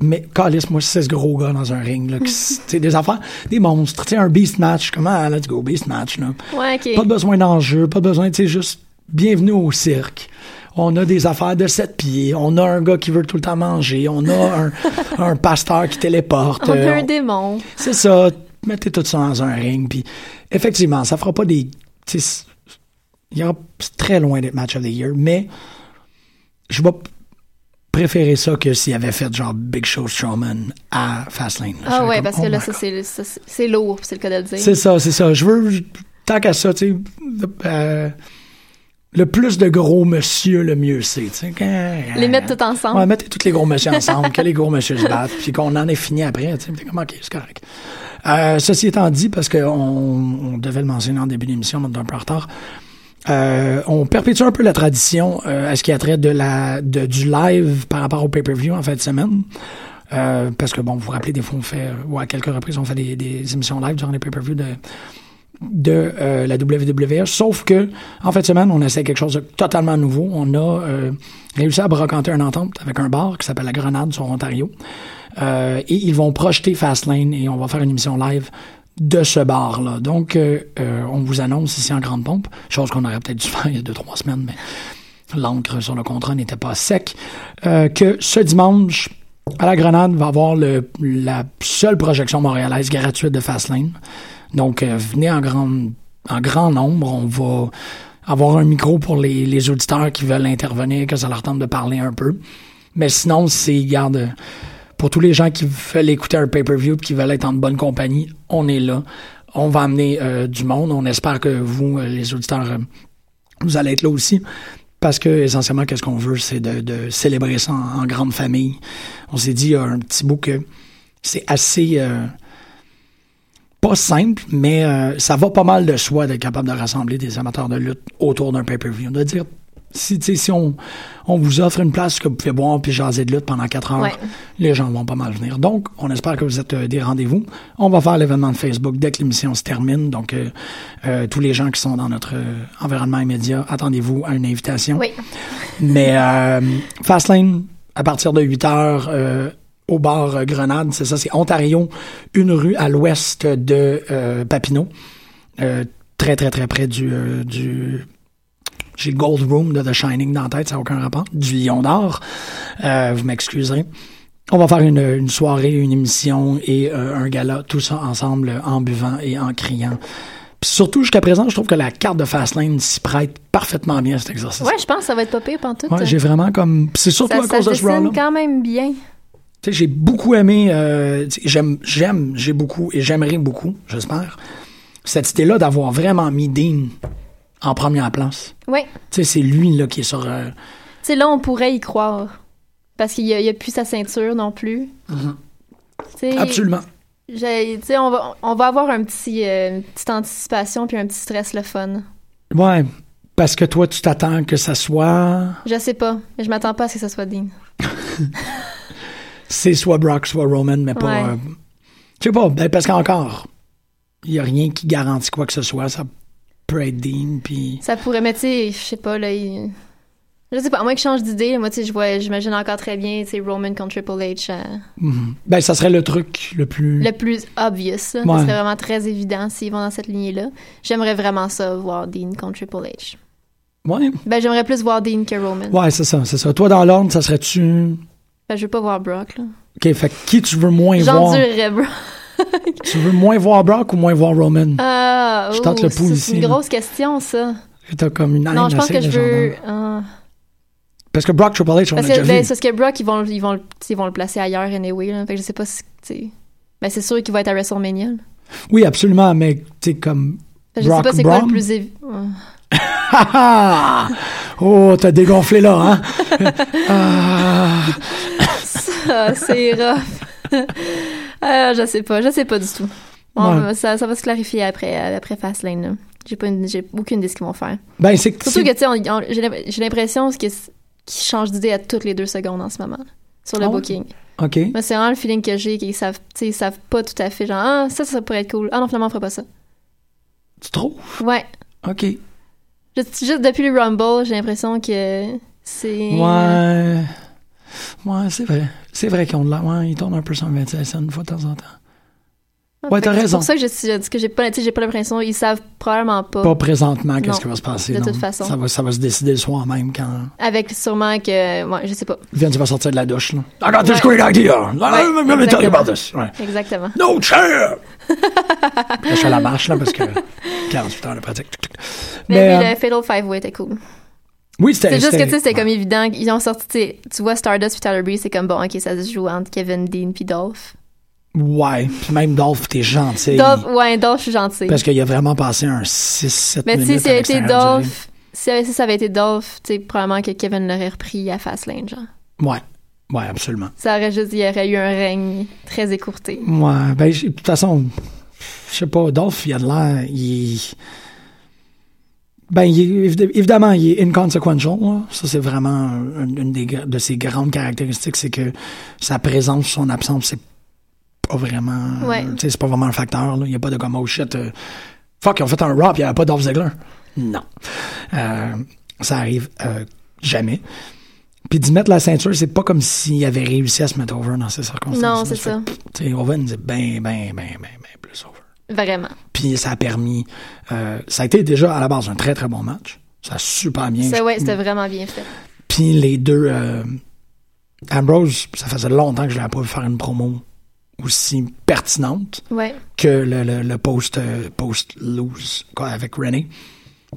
[SPEAKER 3] Mais, calisse, moi, c'est ce gros gars dans un ring, là. qui s- Tu sais, des affaires, des monstres. Tu sais, un beast match. Comment, ah, let's go, beast match, là.
[SPEAKER 4] Ouais, OK.
[SPEAKER 3] Pas besoin d'enjeu, pas besoin, tu sais, juste bienvenue au cirque. On a des affaires de sept pieds, on a un gars qui veut tout le temps manger, on a un, un pasteur qui téléporte.
[SPEAKER 4] On
[SPEAKER 3] euh,
[SPEAKER 4] a un
[SPEAKER 3] on-
[SPEAKER 4] démon.
[SPEAKER 3] c'est ça, mettez tout ça dans un ring. Puis effectivement, ça fera pas des. tu sais, c- Il y aura c'est très loin d'être match of the year, mais je vais p- préférer ça que s'il avait fait genre Big Show Strowman à Fastlane. là.
[SPEAKER 4] Ah
[SPEAKER 3] J'aurais
[SPEAKER 4] ouais,
[SPEAKER 3] comme,
[SPEAKER 4] parce
[SPEAKER 3] oh
[SPEAKER 4] que là,
[SPEAKER 3] my
[SPEAKER 4] ça,
[SPEAKER 3] God.
[SPEAKER 4] c'est- ça, c'est c'est lourd, c'est le cas de le dire.
[SPEAKER 3] C'est ça, c'est ça. Je veux. je- Tant qu'à ça, tu sais. euh, le plus de gros monsieur, le mieux c'est. tu sais.
[SPEAKER 4] Les mettre tout ensemble.
[SPEAKER 3] Ouais, mettez tous les gros messieurs ensemble, que les gros messieurs se battent, puis qu'on en est fini après. Tu sais, T'es comme, OK, c'est correct. Euh, ceci étant dit, parce qu'on on devait le mentionner en début d'émission, mais on est un peu en retard, euh, on perpétue un peu la tradition euh, à ce qui a trait de la, de- du live par rapport au pay-per-view en fin de semaine. Euh, parce que, bon, vous vous rappelez, des fois, on fait, ou à quelques reprises, on fait des, des émissions live durant les pay-per-views de, de euh, la WWE. Sauf que, en fin de semaine, on essaie quelque chose de totalement nouveau. On a euh, réussi à brocanter une entente avec un bar qui s'appelle La Grenade sur Ontario. Euh, et ils vont projeter Fastlane et on va faire une émission live de ce bar-là. Donc, euh, euh, on vous annonce ici en grande pompe, chose qu'on aurait peut-être dû faire il y a deux, trois semaines, mais l'encre sur le contrat n'était pas sec, euh, que ce dimanche, à la Grenade, va avoir le, la seule projection montréalaise gratuite de Fastlane. Donc, euh, venez en grand, en grand nombre. On va avoir un micro pour les, les auditeurs qui veulent intervenir, que ça leur tente de parler un peu. Mais sinon, c'est, garde, euh, pour tous les gens qui veulent écouter un pay-per-view et qui veulent être en bonne compagnie, on est là. On va amener euh, du monde. On espère que vous, euh, les auditeurs, euh, vous allez être là aussi. Parce que, essentiellement, qu'est-ce qu'on veut, c'est de, de célébrer ça en, en grande famille. On s'est dit, il y a un petit bout que c'est assez. euh, pas simple, mais euh, ça va pas mal de soi d'être capable de rassembler des amateurs de lutte autour d'un pay-per-view. De dire, si, tu sais, si on, on vous offre une place que vous pouvez boire puis jaser de lutte pendant quatre heures,
[SPEAKER 4] Ouais.
[SPEAKER 3] les gens vont pas mal venir. Donc, on espère que vous êtes euh, des rendez-vous. On va faire l'événement de Facebook dès que l'émission se termine. Donc, euh, euh, tous les gens qui sont dans notre euh, environnement immédiat, attendez-vous à une invitation.
[SPEAKER 4] Oui.
[SPEAKER 3] Mais euh, Fastlane, à partir de 8 heures euh, au bar euh, Grenade, c'est ça, c'est Ontario, une rue à l'ouest de euh, Papineau, Euh, très, très, très près du... euh, du j'ai le Gold Room de The Shining dans la tête, ça n'a aucun rapport. Du Lion d'Or, Euh, vous m'excuserez. On va faire une, une soirée, une émission et euh, un gala, tout ça ensemble euh, en buvant et en criant. Puis surtout, jusqu'à présent, je trouve que la carte de Fastlane s'y prête parfaitement bien à cet exercice.
[SPEAKER 4] Ouais, je pense que ça va être pas pire pantoute.
[SPEAKER 3] Ouais, j'ai vraiment comme. C'est surtout
[SPEAKER 4] ça
[SPEAKER 3] à
[SPEAKER 4] ça
[SPEAKER 3] cause
[SPEAKER 4] se
[SPEAKER 3] de ce round-là.
[SPEAKER 4] dessine quand même bien.
[SPEAKER 3] Tu sais, j'ai beaucoup aimé. euh, tu sais, j'aime, j'aime, j'ai beaucoup et j'aimerais beaucoup, j'espère, cette idée-là d'avoir vraiment mis Dean en première place.
[SPEAKER 4] Oui.
[SPEAKER 3] Tu sais, c'est lui là qui est sur. euh,
[SPEAKER 4] Tu sais, là, on pourrait y croire. Parce qu'il y a, il y a plus sa ceinture non plus. Tu sais,
[SPEAKER 3] Mm-hmm. absolument.
[SPEAKER 4] j'ai- tu sais, on va, on va avoir un petit, euh, une petite anticipation puis un petit stress le fun.
[SPEAKER 3] Ouais, parce que toi, tu t'attends que ça soit,
[SPEAKER 4] Je sais pas, mais je m'attends pas à ce que ça soit digne.
[SPEAKER 3] c'est soit Brock, soit Roman, mais pas.
[SPEAKER 4] Ouais.
[SPEAKER 3] euh, je sais pas, ben, parce qu'encore, il y a rien qui garantit quoi que ce soit. Ça peut être Dean, puis.
[SPEAKER 4] Ça pourrait, mais tu sais, je sais pas, là. il- Je sais pas, à moins que je change d'idée, moi, tu sais, je vois, j'imagine encore très bien, tu sais, Roman contre Triple H, euh,
[SPEAKER 3] Mhm. Ben, ça serait le truc le plus.
[SPEAKER 4] le plus obvious, là.
[SPEAKER 3] Ouais.
[SPEAKER 4] Ça serait vraiment très évident s'ils vont dans cette lignée-là. J'aimerais vraiment ça, voir Dean contre Triple H.
[SPEAKER 3] Ouais.
[SPEAKER 4] Ben, j'aimerais plus voir Dean que Roman.
[SPEAKER 3] Ouais, c'est ça, c'est ça. Toi, dans l'ordre, ça serait-tu.
[SPEAKER 4] Ben, je veux pas voir Brock, là.
[SPEAKER 3] OK, fait que qui tu veux moins voir?
[SPEAKER 4] J'endurerais Brock.
[SPEAKER 3] Tu veux moins voir Brock ou moins voir Roman?
[SPEAKER 4] Ah,
[SPEAKER 3] Je
[SPEAKER 4] oh,
[SPEAKER 3] tente le
[SPEAKER 4] ça,
[SPEAKER 3] pouls
[SPEAKER 4] c'est
[SPEAKER 3] ici,
[SPEAKER 4] une
[SPEAKER 3] là. Ah,
[SPEAKER 4] grosse question, ça.
[SPEAKER 3] T'as comme une
[SPEAKER 4] non,
[SPEAKER 3] haine
[SPEAKER 4] je pense
[SPEAKER 3] assez
[SPEAKER 4] que je veux.
[SPEAKER 3] légendaire.
[SPEAKER 4] ah.
[SPEAKER 3] Parce que Brock Triple H, on l'a
[SPEAKER 4] Parce que,
[SPEAKER 3] déjà
[SPEAKER 4] ben, c'est
[SPEAKER 3] vu.
[SPEAKER 4] parce que Brock, ils vont, ils vont, le- ils vont le placer ailleurs anyway. Là. Fait que je sais pas si. tu sais. Ben, c'est sûr qu'il va être à WrestleMania. là.
[SPEAKER 3] Oui, absolument, mais tu sais, comme...
[SPEAKER 4] Fait que je
[SPEAKER 3] Brock
[SPEAKER 4] sais pas c'est quoi
[SPEAKER 3] Braun?
[SPEAKER 4] le plus. évi- Ouais.
[SPEAKER 3] Ha ha! Oh, t'as dégonflé là, hein?
[SPEAKER 4] Ça, c'est rough. Ah, je sais pas, je sais pas du tout. Bon,
[SPEAKER 3] Ouais.
[SPEAKER 4] euh, ça, ça va se clarifier après, euh, après Fastlane. là. J'ai pas une- j'ai aucune idée ce qu'ils vont faire.
[SPEAKER 3] Ben, c'est que...
[SPEAKER 4] Surtout que, tu sais, on- on- j'ai l'im- j'ai l'impression que c'est- qu'ils changent d'idée à toutes les deux secondes en ce moment, là, sur le
[SPEAKER 3] Ah ouais?
[SPEAKER 4] booking.
[SPEAKER 3] OK.
[SPEAKER 4] Moi, c'est vraiment le feeling que j'ai, qu'ils savent, tu sais, ils savent pas tout à fait, genre, ah, ça, ça pourrait être cool. Ah non, finalement, on fera pas ça.
[SPEAKER 3] Tu trouves?
[SPEAKER 4] Ouais.
[SPEAKER 3] OK.
[SPEAKER 4] Juste, juste depuis le Rumble, j'ai l'impression que c'est.
[SPEAKER 3] Ouais... Ouais, c'est vrai. C'est vrai qu'on l'a... Ouais, il tourne un peu 127 cents une fois de temps en temps. ouais,
[SPEAKER 4] Fait que
[SPEAKER 3] t'as
[SPEAKER 4] C'est
[SPEAKER 3] raison.
[SPEAKER 4] pour ça que je, je dis que j'ai pas, tu sais, j'ai pas l'impression, ils savent probablement pas.
[SPEAKER 3] Pas présentement, qu'est-ce
[SPEAKER 4] Non,
[SPEAKER 3] qui va se passer.
[SPEAKER 4] de
[SPEAKER 3] non.
[SPEAKER 4] toute façon.
[SPEAKER 3] Ça va, ça va se décider le soir même quand...
[SPEAKER 4] Avec sûrement que. Ouais, je sais pas.
[SPEAKER 3] Vince va sortir de la douche, là. I got this great idea! Let me tell you
[SPEAKER 4] exactement.
[SPEAKER 3] about this! Ouais.
[SPEAKER 4] Exactement.
[SPEAKER 3] No chair! Là, je fais la marche, là, parce que 48 heures de pratique. Tuk, tuk.
[SPEAKER 4] Mais,
[SPEAKER 3] Mais,
[SPEAKER 4] oui,
[SPEAKER 3] euh,
[SPEAKER 4] le Fatal Five Way était cool.
[SPEAKER 3] oui, c'était.
[SPEAKER 4] C'est juste que, tu sais, c'était
[SPEAKER 3] c'était-
[SPEAKER 4] comme évident. Ils ont sorti, tu sais, tu vois, Stardust puis Tyler Breeze, c'est comme bon, ok, ça se joue entre Kevin Dean puis Dolph.
[SPEAKER 3] Ouais, puis même Dolph, t'es gentil.
[SPEAKER 4] Dolph, ouais, Dolph, je suis gentil.
[SPEAKER 3] Parce qu'il a vraiment passé un 6-7
[SPEAKER 4] Mais
[SPEAKER 3] minutes.
[SPEAKER 4] tu sais, si ça
[SPEAKER 3] à
[SPEAKER 4] avait été
[SPEAKER 3] l'extérieur du
[SPEAKER 4] Dolph, si ça avait- si ça avait été Dolph, tu sais, probablement que Kevin l'aurait repris à Fastlane, genre.
[SPEAKER 3] ring. Ouais. Ouais, absolument.
[SPEAKER 4] Ça aurait juste, il y aurait eu un règne très écourté.
[SPEAKER 3] Ouais, ben, j'ai- de toute façon, je sais pas, Dolph, il a de l'air. Il. Ben, il est- évid- évidemment, il est inconsequential. là. Ça, c'est vraiment une, une des, gra- de ses grandes caractéristiques, c'est que sa présence, son absence, c'est pas vraiment. euh,
[SPEAKER 4] Ouais.
[SPEAKER 3] tu sais, C'est pas vraiment un facteur. là. Il n'y a pas de comme, oh shit, euh, fuck, ils ont fait un rap, il n'y avait pas Dolph Ziggler. Non. Euh, ça arrive euh, jamais. Puis d'y mettre la ceinture, c'est pas comme s'il avait réussi à se mettre over dans ces circonstances.
[SPEAKER 4] Non, c'est ça.
[SPEAKER 3] Tu sais, Owen, c'est ben, ben, ben, ben, ben plus over.
[SPEAKER 4] Vraiment.
[SPEAKER 3] Puis ça a permis. euh, ça a été déjà à la base un très très bon match. Ça a super bien.
[SPEAKER 4] Ça, ouais, c'était vraiment bien fait.
[SPEAKER 3] Puis les deux. euh, Ambrose, ça faisait longtemps que je l'avais pas vu faire une promo aussi pertinente
[SPEAKER 4] Ouais.
[SPEAKER 3] que le, le, le post, euh, post-lose quoi, avec René.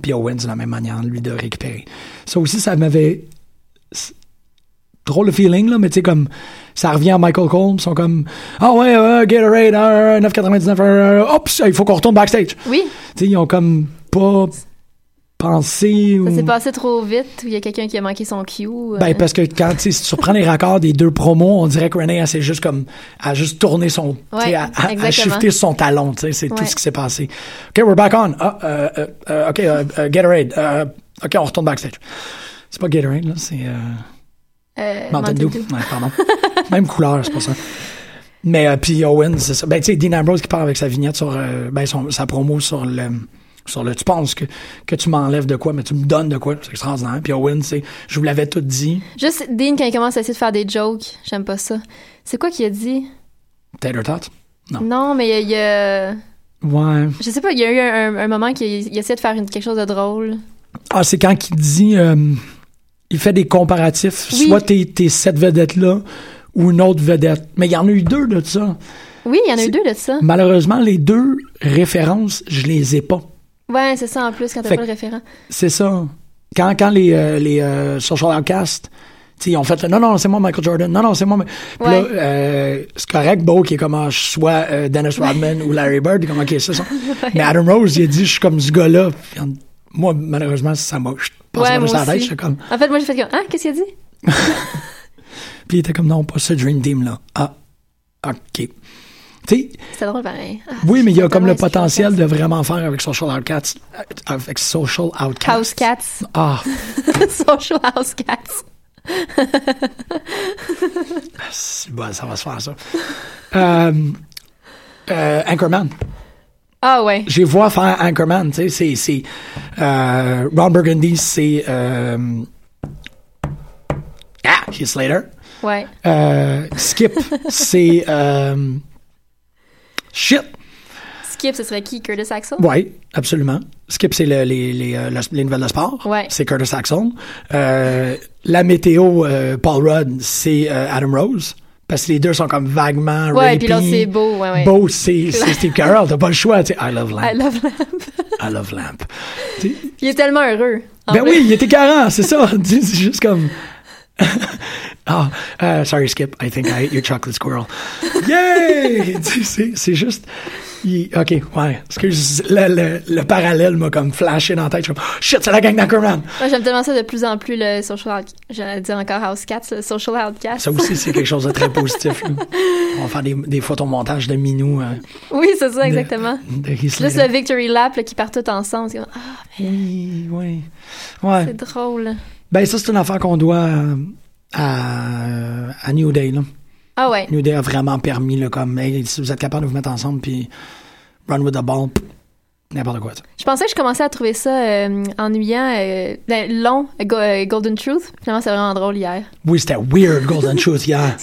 [SPEAKER 3] Puis Owens, de la même manière, lui, de récupérer. Ça aussi, ça m'avait. c'est- Drôle le feeling, là, mais tu sais, comme. Ça revient à Michael Cole, ils sont comme. Ah ouais, euh, Gatorade, euh, 9,99, euh, hop, il faut qu'on retourne backstage. Tu
[SPEAKER 4] Oui,
[SPEAKER 3] sais, ils ont comme pas pensé.
[SPEAKER 4] Ça
[SPEAKER 3] ou-
[SPEAKER 4] s'est passé trop vite ou il y a quelqu'un qui a manqué son cue. euh,
[SPEAKER 3] Ben, parce que quand, tu sais, si tu reprends les raccords des deux promos, on dirait que Renee, elle s'est juste comme, a juste tourné son, tu sais,
[SPEAKER 4] Ouais,
[SPEAKER 3] à, à,
[SPEAKER 4] exactement.
[SPEAKER 3] shifter son talon, tu sais, c'est tout
[SPEAKER 4] Ouais.
[SPEAKER 3] ce qui s'est passé. OK, we're back on. Ah, euh, euh, euh, OK, euh, euh, Gatorade. Euh, OK, on retourne backstage. C'est pas Gatorade, là, c'est euh,
[SPEAKER 4] euh,
[SPEAKER 3] Mountain Dew.
[SPEAKER 4] Mountain Dew.
[SPEAKER 3] Ouais, pardon. Même couleur, c'est pas ça. Mais, euh, puis Owen, c'est ça. Ben, tu sais, Dean Ambrose qui part avec sa vignette sur, euh, ben, son, sa promo sur le... Sur le, tu penses que, que tu m'enlèves de quoi, mais tu me donnes de quoi. C'est extraordinaire. Puis Owen, c'est, je vous l'avais tout dit.
[SPEAKER 4] Juste Dean, quand il commence à essayer de faire des jokes, j'aime pas ça. C'est quoi qu'il a dit?
[SPEAKER 3] Tater Tot. Non.
[SPEAKER 4] Non, mais il y a...
[SPEAKER 3] Ouais.
[SPEAKER 4] Je sais pas, il y a eu un, un- un moment qu'il il essayait de faire une- quelque chose de drôle.
[SPEAKER 3] Ah, c'est quand il dit. euh, il fait des comparatifs.
[SPEAKER 4] Oui.
[SPEAKER 3] Soit t'es, t'es cette vedette-là ou une autre vedette. Mais il y en a eu deux de ça.
[SPEAKER 4] Oui, il y en a
[SPEAKER 3] C'est-
[SPEAKER 4] eu deux de ça.
[SPEAKER 3] Malheureusement, les deux références, je les ai pas.
[SPEAKER 4] Ouais, c'est ça en plus quand t'as
[SPEAKER 3] Fait
[SPEAKER 4] pas le référent.
[SPEAKER 3] C'est ça. Quand, quand les, euh, les euh, Social Outcasts, tu sais, ils ont fait non, non, c'est moi Michael Jordan, non, non, c'est moi. mais- Puis là,
[SPEAKER 4] Ouais.
[SPEAKER 3] euh, c'est correct, Beau, qui est comme ah, je suis soit euh, Dennis Rodman ou Larry Bird, il est comme ok, c'est ça. Mais Adam Rose, il a dit je suis comme ce gars-là. Puis en- Moi, malheureusement, ça m'a. Je pense
[SPEAKER 4] Ouais,
[SPEAKER 3] que
[SPEAKER 4] moi
[SPEAKER 3] ça tête,
[SPEAKER 4] aussi.
[SPEAKER 3] j'étais comme.
[SPEAKER 4] En fait, moi j'ai fait comme Ah, qu'est-ce qu'il a dit?
[SPEAKER 3] Puis il était comme non, pas ce Dream Team-là. Ah, ok. Tu sais,
[SPEAKER 4] C'était drôle pareil. Ah,
[SPEAKER 3] oui, mais il y a
[SPEAKER 4] c'est
[SPEAKER 3] comme le
[SPEAKER 4] tellement
[SPEAKER 3] potentiel de vraiment faire avec Social Outcasts. Avec Social Outcasts.
[SPEAKER 4] House Cats.
[SPEAKER 3] Ah,
[SPEAKER 4] Social House Cats.
[SPEAKER 3] C'est bon, ça va se faire ça. Euh, euh, Anchorman.
[SPEAKER 4] Ah ouais.
[SPEAKER 3] J'ai vu faire Anchorman, tu sais, c'est- c'est... euh, Ron Burgundy, c'est... euh, ah, Heath Slater.
[SPEAKER 4] Ouais.
[SPEAKER 3] Euh, Skip, c'est... euh, shit!
[SPEAKER 4] Skip, ce serait qui? Curtis Axel?
[SPEAKER 3] Oui, absolument. Skip, c'est le- les, les, euh, le- les nouvelles de sport.
[SPEAKER 4] Ouais.
[SPEAKER 3] C'est Curtis Axon. Euh, la météo, euh, Paul Rudd, c'est euh, Adam Rose. Parce que les deux sont comme vaguement
[SPEAKER 4] Ouais,
[SPEAKER 3] rapey.
[SPEAKER 4] puis l'autre, c'est Beau, ouais, ouais.
[SPEAKER 3] Beau, c'est c'est Steve Carell. T'as pas le choix. tu sais. I love lamp.
[SPEAKER 4] I love Lamb.
[SPEAKER 3] I love lamp.
[SPEAKER 4] il est tellement heureux. en
[SPEAKER 3] Ben
[SPEAKER 4] vrai.
[SPEAKER 3] oui, il était 40, c'est ça. C'est juste comme. Ah, euh, sorry, Skip. I think I ate your chocolate squirrel. Yay! Tu sais, c'est- c'est juste. il- OK, ouais. Excuse, le, le, le parallèle m'a comme flashé dans la tête. Je suis comme, oh, shit, c'est la gang d'Anchorman.
[SPEAKER 4] Moi, j'aime tellement ça de plus en plus, le social... out- J'allais dire encore House Cats, le social outcast.
[SPEAKER 3] Ça aussi, c'est quelque chose de très positif. là. On va faire des, des photomontages de Minou. euh,
[SPEAKER 4] Oui, c'est ça,
[SPEAKER 3] de-
[SPEAKER 4] exactement.
[SPEAKER 3] De, Heath
[SPEAKER 4] Juste
[SPEAKER 3] Ledger.
[SPEAKER 4] le Victory Lap là, qui part tout ensemble. C'est comme, Ah,
[SPEAKER 3] Oui, oui. Ouais.
[SPEAKER 4] c'est
[SPEAKER 3] Ah.
[SPEAKER 4] drôle.
[SPEAKER 3] Ben, ça, c'est une affaire qu'on doit euh, à, à New Day, là.
[SPEAKER 4] Ah ouais.
[SPEAKER 3] New Day a vraiment permis, là, comme, hey, si vous êtes capable de vous mettre ensemble, puis run with the ball, pff, n'importe quoi. tu sais.
[SPEAKER 4] Je pensais que je commençais à trouver ça euh, ennuyant, euh, ben, long, euh, Go- euh, Golden Truth. Finalement, c'est vraiment drôle hier.
[SPEAKER 3] Oui, c'était weird, Golden Truth, hier.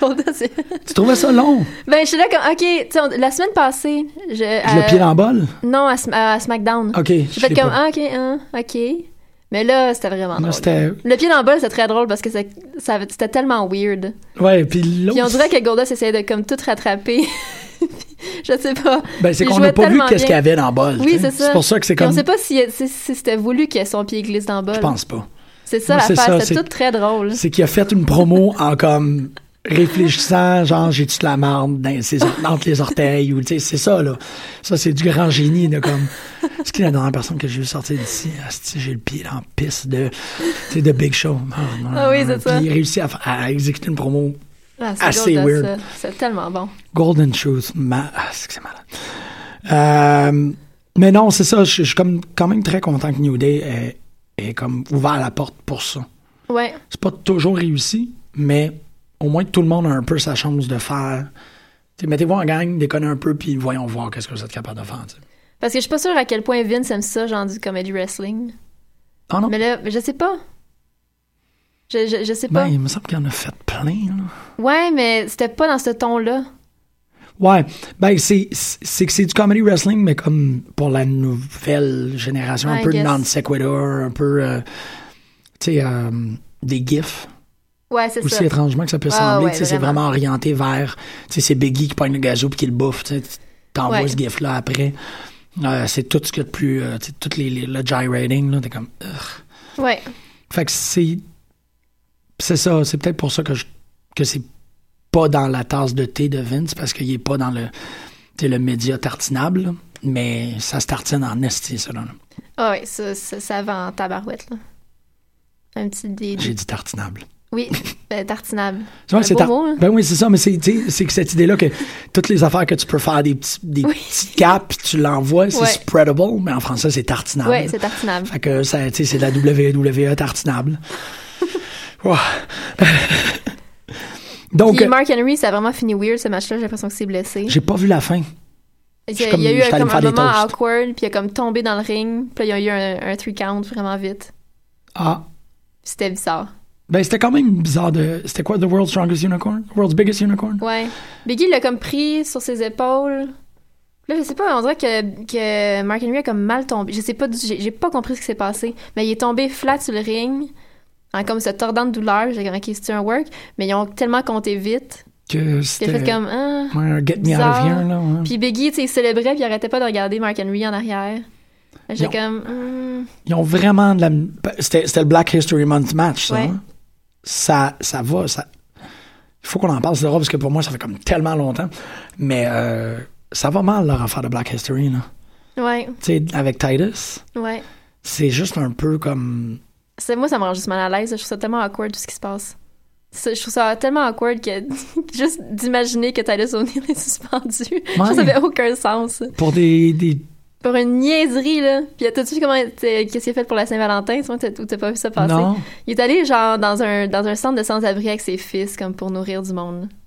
[SPEAKER 4] Golden, c'est-
[SPEAKER 3] tu trouvais ça long?
[SPEAKER 4] ben, je suis là comme, OK, tu sais, on- la semaine passée... Je,
[SPEAKER 3] Je le
[SPEAKER 4] euh,
[SPEAKER 3] pied dans le bol?
[SPEAKER 4] Non, à, Sm- à SmackDown.
[SPEAKER 3] OK.
[SPEAKER 4] J'ai
[SPEAKER 3] je
[SPEAKER 4] fait
[SPEAKER 3] l'ai
[SPEAKER 4] comme,
[SPEAKER 3] pas.
[SPEAKER 4] ah, ok, hein, ok. Mais là, c'était vraiment
[SPEAKER 3] Non,
[SPEAKER 4] drôle.
[SPEAKER 3] c'était...
[SPEAKER 4] Le pied dans le bol, c'était très drôle parce que ça, ça avait- c'était tellement weird.
[SPEAKER 3] Ouais, puis l'autre...
[SPEAKER 4] Puis on dirait que Golda essayait de comme tout rattraper. je sais pas.
[SPEAKER 3] Ben, c'est
[SPEAKER 4] il
[SPEAKER 3] qu'on
[SPEAKER 4] jouait
[SPEAKER 3] n'a pas vu
[SPEAKER 4] tellement
[SPEAKER 3] qu'est-ce
[SPEAKER 4] bien.
[SPEAKER 3] qu'il y avait dans le bol. tu
[SPEAKER 4] Oui,
[SPEAKER 3] sais.
[SPEAKER 4] c'est ça.
[SPEAKER 3] C'est pour ça que c'est
[SPEAKER 4] Puis
[SPEAKER 3] comme...
[SPEAKER 4] On sait pas si, si, si c'était voulu que son pied glisse dans le bol.
[SPEAKER 3] Je pense pas.
[SPEAKER 4] C'est ça
[SPEAKER 3] Moi, c'est ça,
[SPEAKER 4] l'affaire,
[SPEAKER 3] c'est-
[SPEAKER 4] c'était tout très drôle.
[SPEAKER 3] C'est qu'il a fait une promo en comme réfléchissant, genre j'ai-tu de la marde dans ses or- entre les orteils ou tu sais, c'est ça là. Ça c'est du grand génie de comme ce qui est la dernière personne que j'ai vu sortir d'ici, Asti, j'ai le pied en piste de tu sais, de Big Show. Ah, non,
[SPEAKER 4] Ah
[SPEAKER 3] non,
[SPEAKER 4] oui, c'est
[SPEAKER 3] non.
[SPEAKER 4] ça.
[SPEAKER 3] Puis Il réussit à, fa- à exécuter une promo
[SPEAKER 4] Ah,
[SPEAKER 3] assez
[SPEAKER 4] Golda,
[SPEAKER 3] weird.
[SPEAKER 4] ça. C'est tellement bon.
[SPEAKER 3] Golden Truth. Ma... Ah, c'est que c'est malade. Euh, mais non, c'est ça, je je suis comme quand même très content que New Day ait, ait comme ouvert la porte pour ça.
[SPEAKER 4] Ouais.
[SPEAKER 3] c'est pas toujours réussi, mais au moins tout le monde a un peu sa chance de faire. T'sais, Mettez-vous en gang, déconnez un peu, puis voyons voir qu'est-ce que vous êtes capable de faire. t'sais.
[SPEAKER 4] Parce que je suis pas sûre à quel point Vince aime ça, genre du comedy wrestling.
[SPEAKER 3] Ah non?
[SPEAKER 4] Mais là, je sais pas. Je, je, je sais pas.
[SPEAKER 3] Ben, il me semble qu'il en a fait plein. là.
[SPEAKER 4] Ouais, mais c'était pas dans ce ton-là.
[SPEAKER 3] Ouais, ben c'est c'est que c'est du comedy wrestling, mais comme pour la nouvelle génération, un
[SPEAKER 4] I
[SPEAKER 3] peu de
[SPEAKER 4] guess.
[SPEAKER 3] non sequitur, un peu euh, t'sais, euh, des gifs.
[SPEAKER 4] Ouais, c'est
[SPEAKER 3] aussi
[SPEAKER 4] ça.
[SPEAKER 3] étrangement que ça peut
[SPEAKER 4] Ah,
[SPEAKER 3] sembler.
[SPEAKER 4] ouais,
[SPEAKER 3] tu sais, c'est
[SPEAKER 4] vraiment.
[SPEAKER 3] vraiment orienté vers. tu sais, C'est Biggie qui pogne le gazou puis qui le bouffe. tu sais, tu T'envoies
[SPEAKER 4] Ouais.
[SPEAKER 3] ce gif-là après. Euh, c'est tout ce qu'il y a de plus. euh, tu sais, toutes les, les- le gyrating, là, t'es comme. Ugh.
[SPEAKER 4] Ouais.
[SPEAKER 3] Fait que c'est. C'est ça. C'est peut-être pour ça que, je- que c'est pas dans la tasse de thé de Vince, parce qu'il est pas dans le. tu sais, le média tartinable, là. mais ça se tartine en esti, ça, là.
[SPEAKER 4] Ah oui, ça, ça, ça va en tabarouette, là. Un petit dé.
[SPEAKER 3] J'ai dit tartinable.
[SPEAKER 4] Oui, ben, tartinable.
[SPEAKER 3] Tu vois,
[SPEAKER 4] Un
[SPEAKER 3] c'est
[SPEAKER 4] beau
[SPEAKER 3] tar-
[SPEAKER 4] mot, hein?
[SPEAKER 3] Ben oui, c'est ça, mais c'est tu sais, c'est que cette idée-là que toutes les affaires que tu peux faire, des petits, des
[SPEAKER 4] Oui.
[SPEAKER 3] petits caps, puis tu l'envoies, c'est
[SPEAKER 4] Ouais.
[SPEAKER 3] spreadable, mais en français, c'est tartinable.
[SPEAKER 4] Oui, c'est tartinable.
[SPEAKER 3] Fait que ça, tu sais, c'est de la WWE tartinable. Ouah. Donc,
[SPEAKER 4] Puis
[SPEAKER 3] euh,
[SPEAKER 4] Mark Henry, ça a vraiment fini weird ce match-là. J'ai l'impression que c'est blessé.
[SPEAKER 3] j'ai pas vu la fin. je
[SPEAKER 4] Il y
[SPEAKER 3] suis
[SPEAKER 4] a,
[SPEAKER 3] comme-
[SPEAKER 4] il y a
[SPEAKER 3] je
[SPEAKER 4] eu
[SPEAKER 3] suis
[SPEAKER 4] un,
[SPEAKER 3] allé
[SPEAKER 4] comme
[SPEAKER 3] me faire
[SPEAKER 4] un
[SPEAKER 3] des
[SPEAKER 4] moment
[SPEAKER 3] toasts.
[SPEAKER 4] awkward, puis il a comme tombé dans le ring, puis là, il y a eu un, un three count vraiment vite.
[SPEAKER 3] Ah.
[SPEAKER 4] Puis C'était bizarre.
[SPEAKER 3] Ben, c'était quand même bizarre de. C'était quoi, The World's Strongest Unicorn? World's Biggest Unicorn?
[SPEAKER 4] Ouais. Biggie l'a comme pris sur ses épaules. Là, je sais pas, on dirait que, que Mark Henry a comme mal tombé. Je sais pas, du- j'ai j'ai pas compris ce qui s'est passé. Mais il est tombé flat sur le ring, en comme se tordant de douleur. J'ai comme, ok, c'est un work. Mais ils ont tellement compté vite.
[SPEAKER 3] Que
[SPEAKER 4] Il a
[SPEAKER 3] c'était.
[SPEAKER 4] fait comme, ah.
[SPEAKER 3] Ouais, un get me out
[SPEAKER 4] bizarre.
[SPEAKER 3] of here, là. ouais.
[SPEAKER 4] Puis Biggie, tu sais, il célébrait, puis il arrêtait pas de regarder Mark Henry en arrière. J'ai
[SPEAKER 3] Non.
[SPEAKER 4] comme, hmm,
[SPEAKER 3] Ils ont vraiment de la. C'était c'était le Black History Month match, ça.
[SPEAKER 4] Ouais.
[SPEAKER 3] hein? Ça, ça va. Ça... Il faut qu'on en parle, c'est drôle, parce que pour moi, ça fait comme tellement longtemps. Mais euh, ça va mal, leur affaire de Black History, là.
[SPEAKER 4] hmm, ouais,
[SPEAKER 3] Tu sais, avec Titus,
[SPEAKER 4] ouais.
[SPEAKER 3] c'est juste un peu comme.
[SPEAKER 4] C'est moi, ça me rend juste mal à l'aise. Je trouve ça tellement awkward tout ce qui se passe. Ça- Je trouve ça tellement awkward que juste d'imaginer que Tyler O'Neill est suspendu. Je trouve que ça
[SPEAKER 3] Ouais.
[SPEAKER 4] fait aucun sens.
[SPEAKER 3] Pour des. des...
[SPEAKER 4] Pour une niaiserie, là. Puis t'as-tu vu comment t'es- qu'est-ce qu'il a fait pour la Saint-Valentin? Tu vois, t'as- ou t'as pas vu ça passer?
[SPEAKER 3] Non.
[SPEAKER 4] Il est allé, genre, dans un, dans un centre de sans-abri avec ses fils, comme pour nourrir du monde.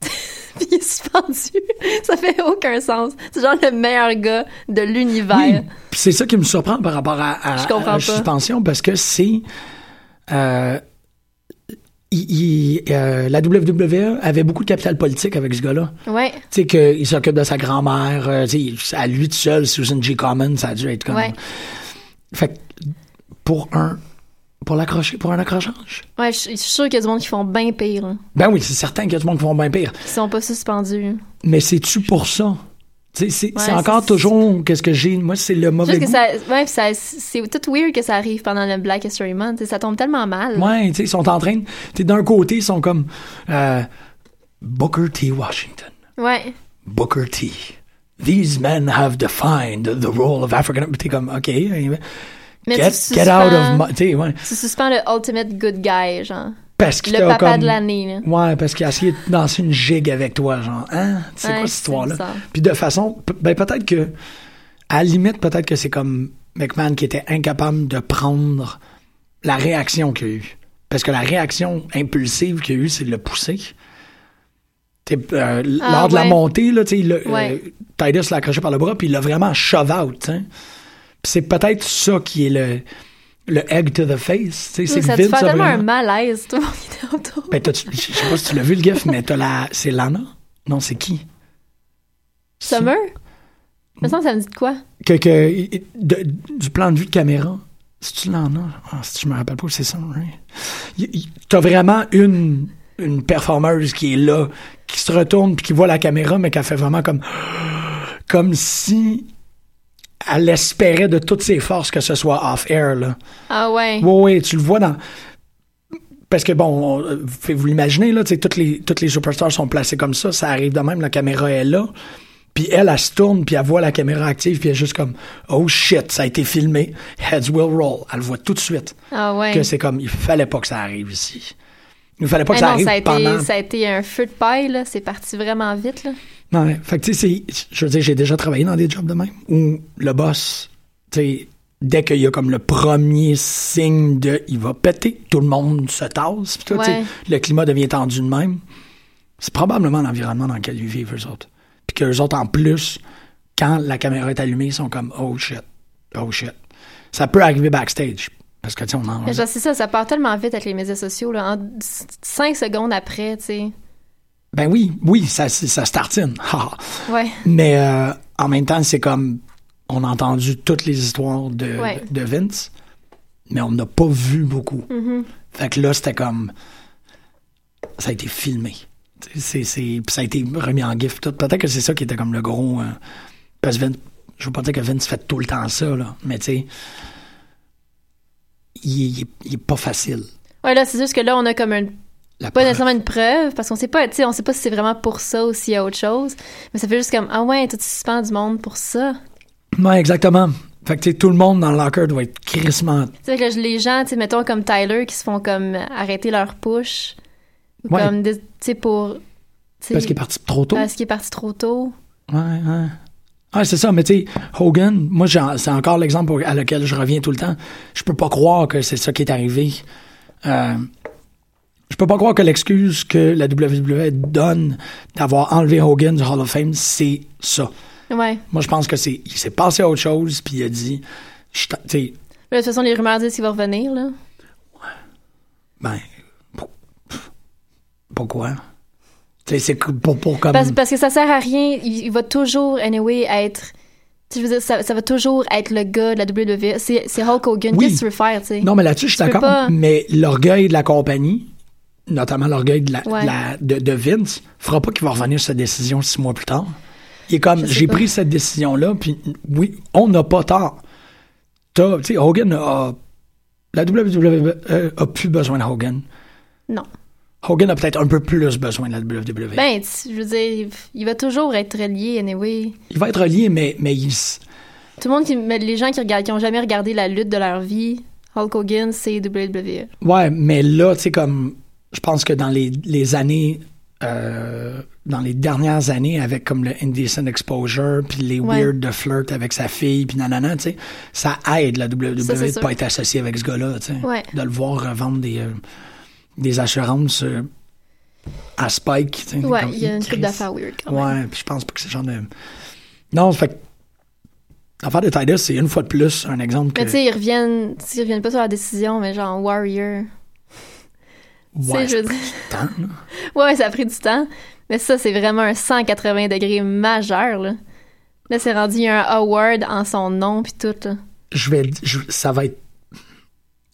[SPEAKER 4] Puis il est suspendu. ça fait aucun sens. C'est genre le meilleur gars de l'univers.
[SPEAKER 3] Oui. Puis c'est ça qui me surprend par rapport à, à-
[SPEAKER 4] Je comprends
[SPEAKER 3] à la
[SPEAKER 4] pas.
[SPEAKER 3] suspension, parce que c'est. euh, il- il- euh, la WWE avait beaucoup de capital politique avec ce gars-là.
[SPEAKER 4] Ouais.
[SPEAKER 3] Tu sais, qu'il s'occupe de sa grand-mère, euh, tu sais, à lui tout seul, Susan G. Common, ça a dû être comme.
[SPEAKER 4] Ouais.
[SPEAKER 3] Fait que pour un. Pour l'accrocher, pour un accrochage.
[SPEAKER 4] Ouais, je je suis sûre qu'il y a du monde qui font bien pire, là,
[SPEAKER 3] Ben oui, c'est certain qu'il y a du monde qui vont bien pire.
[SPEAKER 4] qui sont pas suspendus.
[SPEAKER 3] Mais c'est-tu pour ça? Tu sais, C'est c'est
[SPEAKER 4] Ouais,
[SPEAKER 3] encore
[SPEAKER 4] c'est-
[SPEAKER 3] toujours qu'est-ce que j'ai. Moi, c'est le mauvais
[SPEAKER 4] Juste que
[SPEAKER 3] goût.
[SPEAKER 4] ça, ouais, pis ça- c'est tout weird que ça arrive pendant le Black History Month. t'sais, Ça tombe tellement mal.
[SPEAKER 3] Ouais, tu sais, ils sont en train. Tu sais, d'un côté, ils sont comme euh, Booker T. Washington.
[SPEAKER 4] Ouais.
[SPEAKER 3] Booker T. These men have defined the role of African. Puis T'es comme, OK. euh,
[SPEAKER 4] Mais
[SPEAKER 3] Get,
[SPEAKER 4] tu,
[SPEAKER 3] get
[SPEAKER 4] suspends,
[SPEAKER 3] out of my. Tu sais, ouais.
[SPEAKER 4] tu suspends le ultimate good guy, genre.
[SPEAKER 3] Parce qu'il
[SPEAKER 4] Le
[SPEAKER 3] t'a
[SPEAKER 4] papa
[SPEAKER 3] comme-
[SPEAKER 4] de l'année, là.
[SPEAKER 3] Ouais, parce qu'il a essayé de danser une gigue avec toi, genre, hein? C'est quoi
[SPEAKER 4] Ouais,
[SPEAKER 3] cette
[SPEAKER 4] c'est
[SPEAKER 3] histoire-là?
[SPEAKER 4] bizarre.
[SPEAKER 3] Puis de façon, pe- ben peut-être que, à la limite, peut-être que c'est comme McMahon qui était incapable de prendre la réaction qu'il a eue. Parce que la réaction impulsive qu'il a eue, c'est de le pousser. T'sais, euh, l-
[SPEAKER 4] Ah,
[SPEAKER 3] lors de la
[SPEAKER 4] ouais.
[SPEAKER 3] montée, là, t'sais, il l'a-
[SPEAKER 4] Ouais.
[SPEAKER 3] euh, Titus l'a accroché par le bras, puis il l'a vraiment shove out. t'sais. Puis c'est peut-être ça qui est le, le egg to the face. t'sais, C'est
[SPEAKER 4] Ça
[SPEAKER 3] que
[SPEAKER 4] te fait
[SPEAKER 3] Vince a
[SPEAKER 4] tellement un
[SPEAKER 3] vraiment-
[SPEAKER 4] malaise, tout le monde qui est autour.
[SPEAKER 3] ben, t'as- je je sais pas si tu l'as vu le gif, mais t'as la. C'est Lana? Non, c'est qui?
[SPEAKER 4] Summer? Me semble que ça me dit de quoi?
[SPEAKER 3] Que, que- i- de- du plan de vue de caméra. C'est-tu Lana? Ah, si je me rappelle pas, c'est ça, right? Y- y- T'as vraiment une, une performeuse qui est là, qui se retourne puis qui voit la caméra, mais qui fait vraiment comme. Comme si elle espérait de toutes ses forces que ce soit off-air, là.
[SPEAKER 4] Ah ouais.
[SPEAKER 3] Oui, oui, tu le vois dans. Parce que bon, on- euh, fait- vous l'imaginez, là, tu sais, toutes les, toutes les superstars sont placées comme ça, ça arrive de même, la caméra est là. Puis elle, elle se tourne, puis elle voit la caméra active, puis elle est juste comme Oh shit, ça a été filmé, heads will roll. Elle le voit tout de suite.
[SPEAKER 4] Ah ouais.
[SPEAKER 3] Que c'est comme il fallait pas que ça arrive ici. Il fallait pas
[SPEAKER 4] Ah
[SPEAKER 3] que ça
[SPEAKER 4] non,
[SPEAKER 3] arrive
[SPEAKER 4] ça a, été,
[SPEAKER 3] pendant.
[SPEAKER 4] ça a été un feu de paille, là. C'est parti vraiment vite, là.
[SPEAKER 3] Non, mais, fait que tu sais, c'est- je veux dire, j'ai déjà travaillé dans des jobs de même où le boss, tu sais, dès qu'il y a comme le premier signe de il va péter, tout le monde se tasse, puis tout, tu sais,
[SPEAKER 4] Ouais.
[SPEAKER 3] le climat devient tendu de même. C'est probablement l'environnement dans lequel ils vivent, eux autres. Puis qu'eux autres, en plus, quand la caméra est allumée, ils sont comme oh shit, oh shit. Ça peut arriver backstage. Parce que, tu sais, on en.
[SPEAKER 4] Mais Genre, c'est ça, ça part tellement vite avec les médias sociaux, là. En 5 secondes après, tu sais.
[SPEAKER 3] Ben oui, oui, ça, ça se tartine. Ah, Ha, ha.
[SPEAKER 4] Ouais.
[SPEAKER 3] Mais euh, en même temps, c'est comme on a entendu toutes les histoires de,
[SPEAKER 4] Ouais.
[SPEAKER 3] de Vince, mais on n'a pas vu beaucoup.
[SPEAKER 4] Mm-hmm.
[SPEAKER 3] Fait que là, c'était comme ça a été filmé. Tu sais, C'est, c'est- puis ça a été remis en gif. tout. Peut-être que c'est ça qui était comme le gros. euh, parce que Vince, je veux pas dire que Vince fait tout le temps ça, là, mais tu sais, il, est- il est- il est pas facile.
[SPEAKER 4] Ouais, là, c'est juste que là, on a comme une
[SPEAKER 3] La
[SPEAKER 4] pas
[SPEAKER 3] preuve.
[SPEAKER 4] nécessairement une preuve parce qu'on sait pas tu sais on sait pas si c'est vraiment pour ça ou s'il y a autre chose mais ça fait juste comme ah ouais toi tu suspends du monde pour ça
[SPEAKER 3] Ouais, exactement. Fait Fait que, tu sais, tout le monde dans le locker doit être crissement.
[SPEAKER 4] Tu sais, que les gens, tu sais, mettons comme Tyler, qui se font comme arrêter leur push. Ou
[SPEAKER 3] Ouais.
[SPEAKER 4] comme, des- tu sais, pour. tu sais,
[SPEAKER 3] Parce qu'il est parti trop tôt.
[SPEAKER 4] Parce qu'il est parti trop tôt.
[SPEAKER 3] Ouais, ouais. Ah, c'est ça, mais tu sais, Hogan, moi, j'en- c'est encore l'exemple au- à lequel je reviens tout le temps. Je peux pas croire que c'est ça qui est arrivé. Euh, je peux pas croire que l'excuse que la WWE donne d'avoir enlevé Hogan du Hall of Fame, c'est ça.
[SPEAKER 4] Ouais.
[SPEAKER 3] Moi, je pense que c'est. Il s'est passé à autre chose, puis il a dit. je t'en- Tu sais,
[SPEAKER 4] Mais De toute façon, les rumeurs disent qu'il va revenir, là.
[SPEAKER 3] ben. pour- Pourquoi? Tu sais, c'est que pour, pour comme.
[SPEAKER 4] Parce, parce que ça sert à rien. Il, il va toujours, anyway, être. Tu sais, je veux dire, ça, ça va toujours être le gars de la WWE. C'est c'est Hulk Hogan.
[SPEAKER 3] Oui.
[SPEAKER 4] Qu'est-ce que tu veux faire, tu sais?
[SPEAKER 3] Non, mais là-dessus, je suis
[SPEAKER 4] Tu peux
[SPEAKER 3] d'accord.
[SPEAKER 4] pas-
[SPEAKER 3] Mais l'orgueil de la compagnie, notamment l'orgueil de, la,
[SPEAKER 4] Ouais.
[SPEAKER 3] la- de, de Vince, fera pas qu'il va revenir sur sa décision six mois plus tard. Il est comme,
[SPEAKER 4] Je sais
[SPEAKER 3] j'ai
[SPEAKER 4] pas.
[SPEAKER 3] pris cette décision-là, puis oui, on n'a pas tort. T'as- Tu sais, Hogan a. La WWE euh, a plus besoin de Hogan.
[SPEAKER 4] Non.
[SPEAKER 3] Hogan a peut-être un peu plus besoin de la E. WWE.
[SPEAKER 4] Ben, tu- je veux dire, il va toujours être lié, anyway.
[SPEAKER 3] il va être lié, mais, mais il. s-
[SPEAKER 4] Tout le monde, qui, mais les gens qui regardent, qui ont jamais regardé la lutte de leur vie, Hulk Hogan, c'est E. WWE.
[SPEAKER 3] Ouais, mais là, tu sais, comme, je pense que dans les, les années, euh, dans les dernières années, avec comme le Indecent Exposure, puis les
[SPEAKER 4] Ouais.
[SPEAKER 3] Weird de flirt avec sa fille, puis nanana, tu sais, ça aide la WWE
[SPEAKER 4] Ça, c'est
[SPEAKER 3] de
[SPEAKER 4] sûr.
[SPEAKER 3] pas être associé avec ce gars-là, tu sais.
[SPEAKER 4] Ouais.
[SPEAKER 3] De le voir revendre des, euh, des assurances euh, à Spike, tu sais.
[SPEAKER 4] Ouais,
[SPEAKER 3] comme,
[SPEAKER 4] il y a une
[SPEAKER 3] Christ.
[SPEAKER 4] coupe d'affaires weird, quand même.
[SPEAKER 3] Ouais, puis je pense pas que c'est le genre de. Non, fait que. L'affaire de Titus, c'est une fois de plus un exemple que.
[SPEAKER 4] Mais tu sais, ils reviennent, tu sais, ils reviennent pas sur la décision, mais genre Warrior. tu
[SPEAKER 3] ouais,
[SPEAKER 4] sais, je veux
[SPEAKER 3] c'est
[SPEAKER 4] dire-
[SPEAKER 3] pas tant, là.
[SPEAKER 4] Ouais, ça a pris du temps. Mais ça, c'est vraiment un 180 degrés majeur, là. Là, c'est rendu un award en son nom, puis tout, là.
[SPEAKER 3] je vais je- ça va être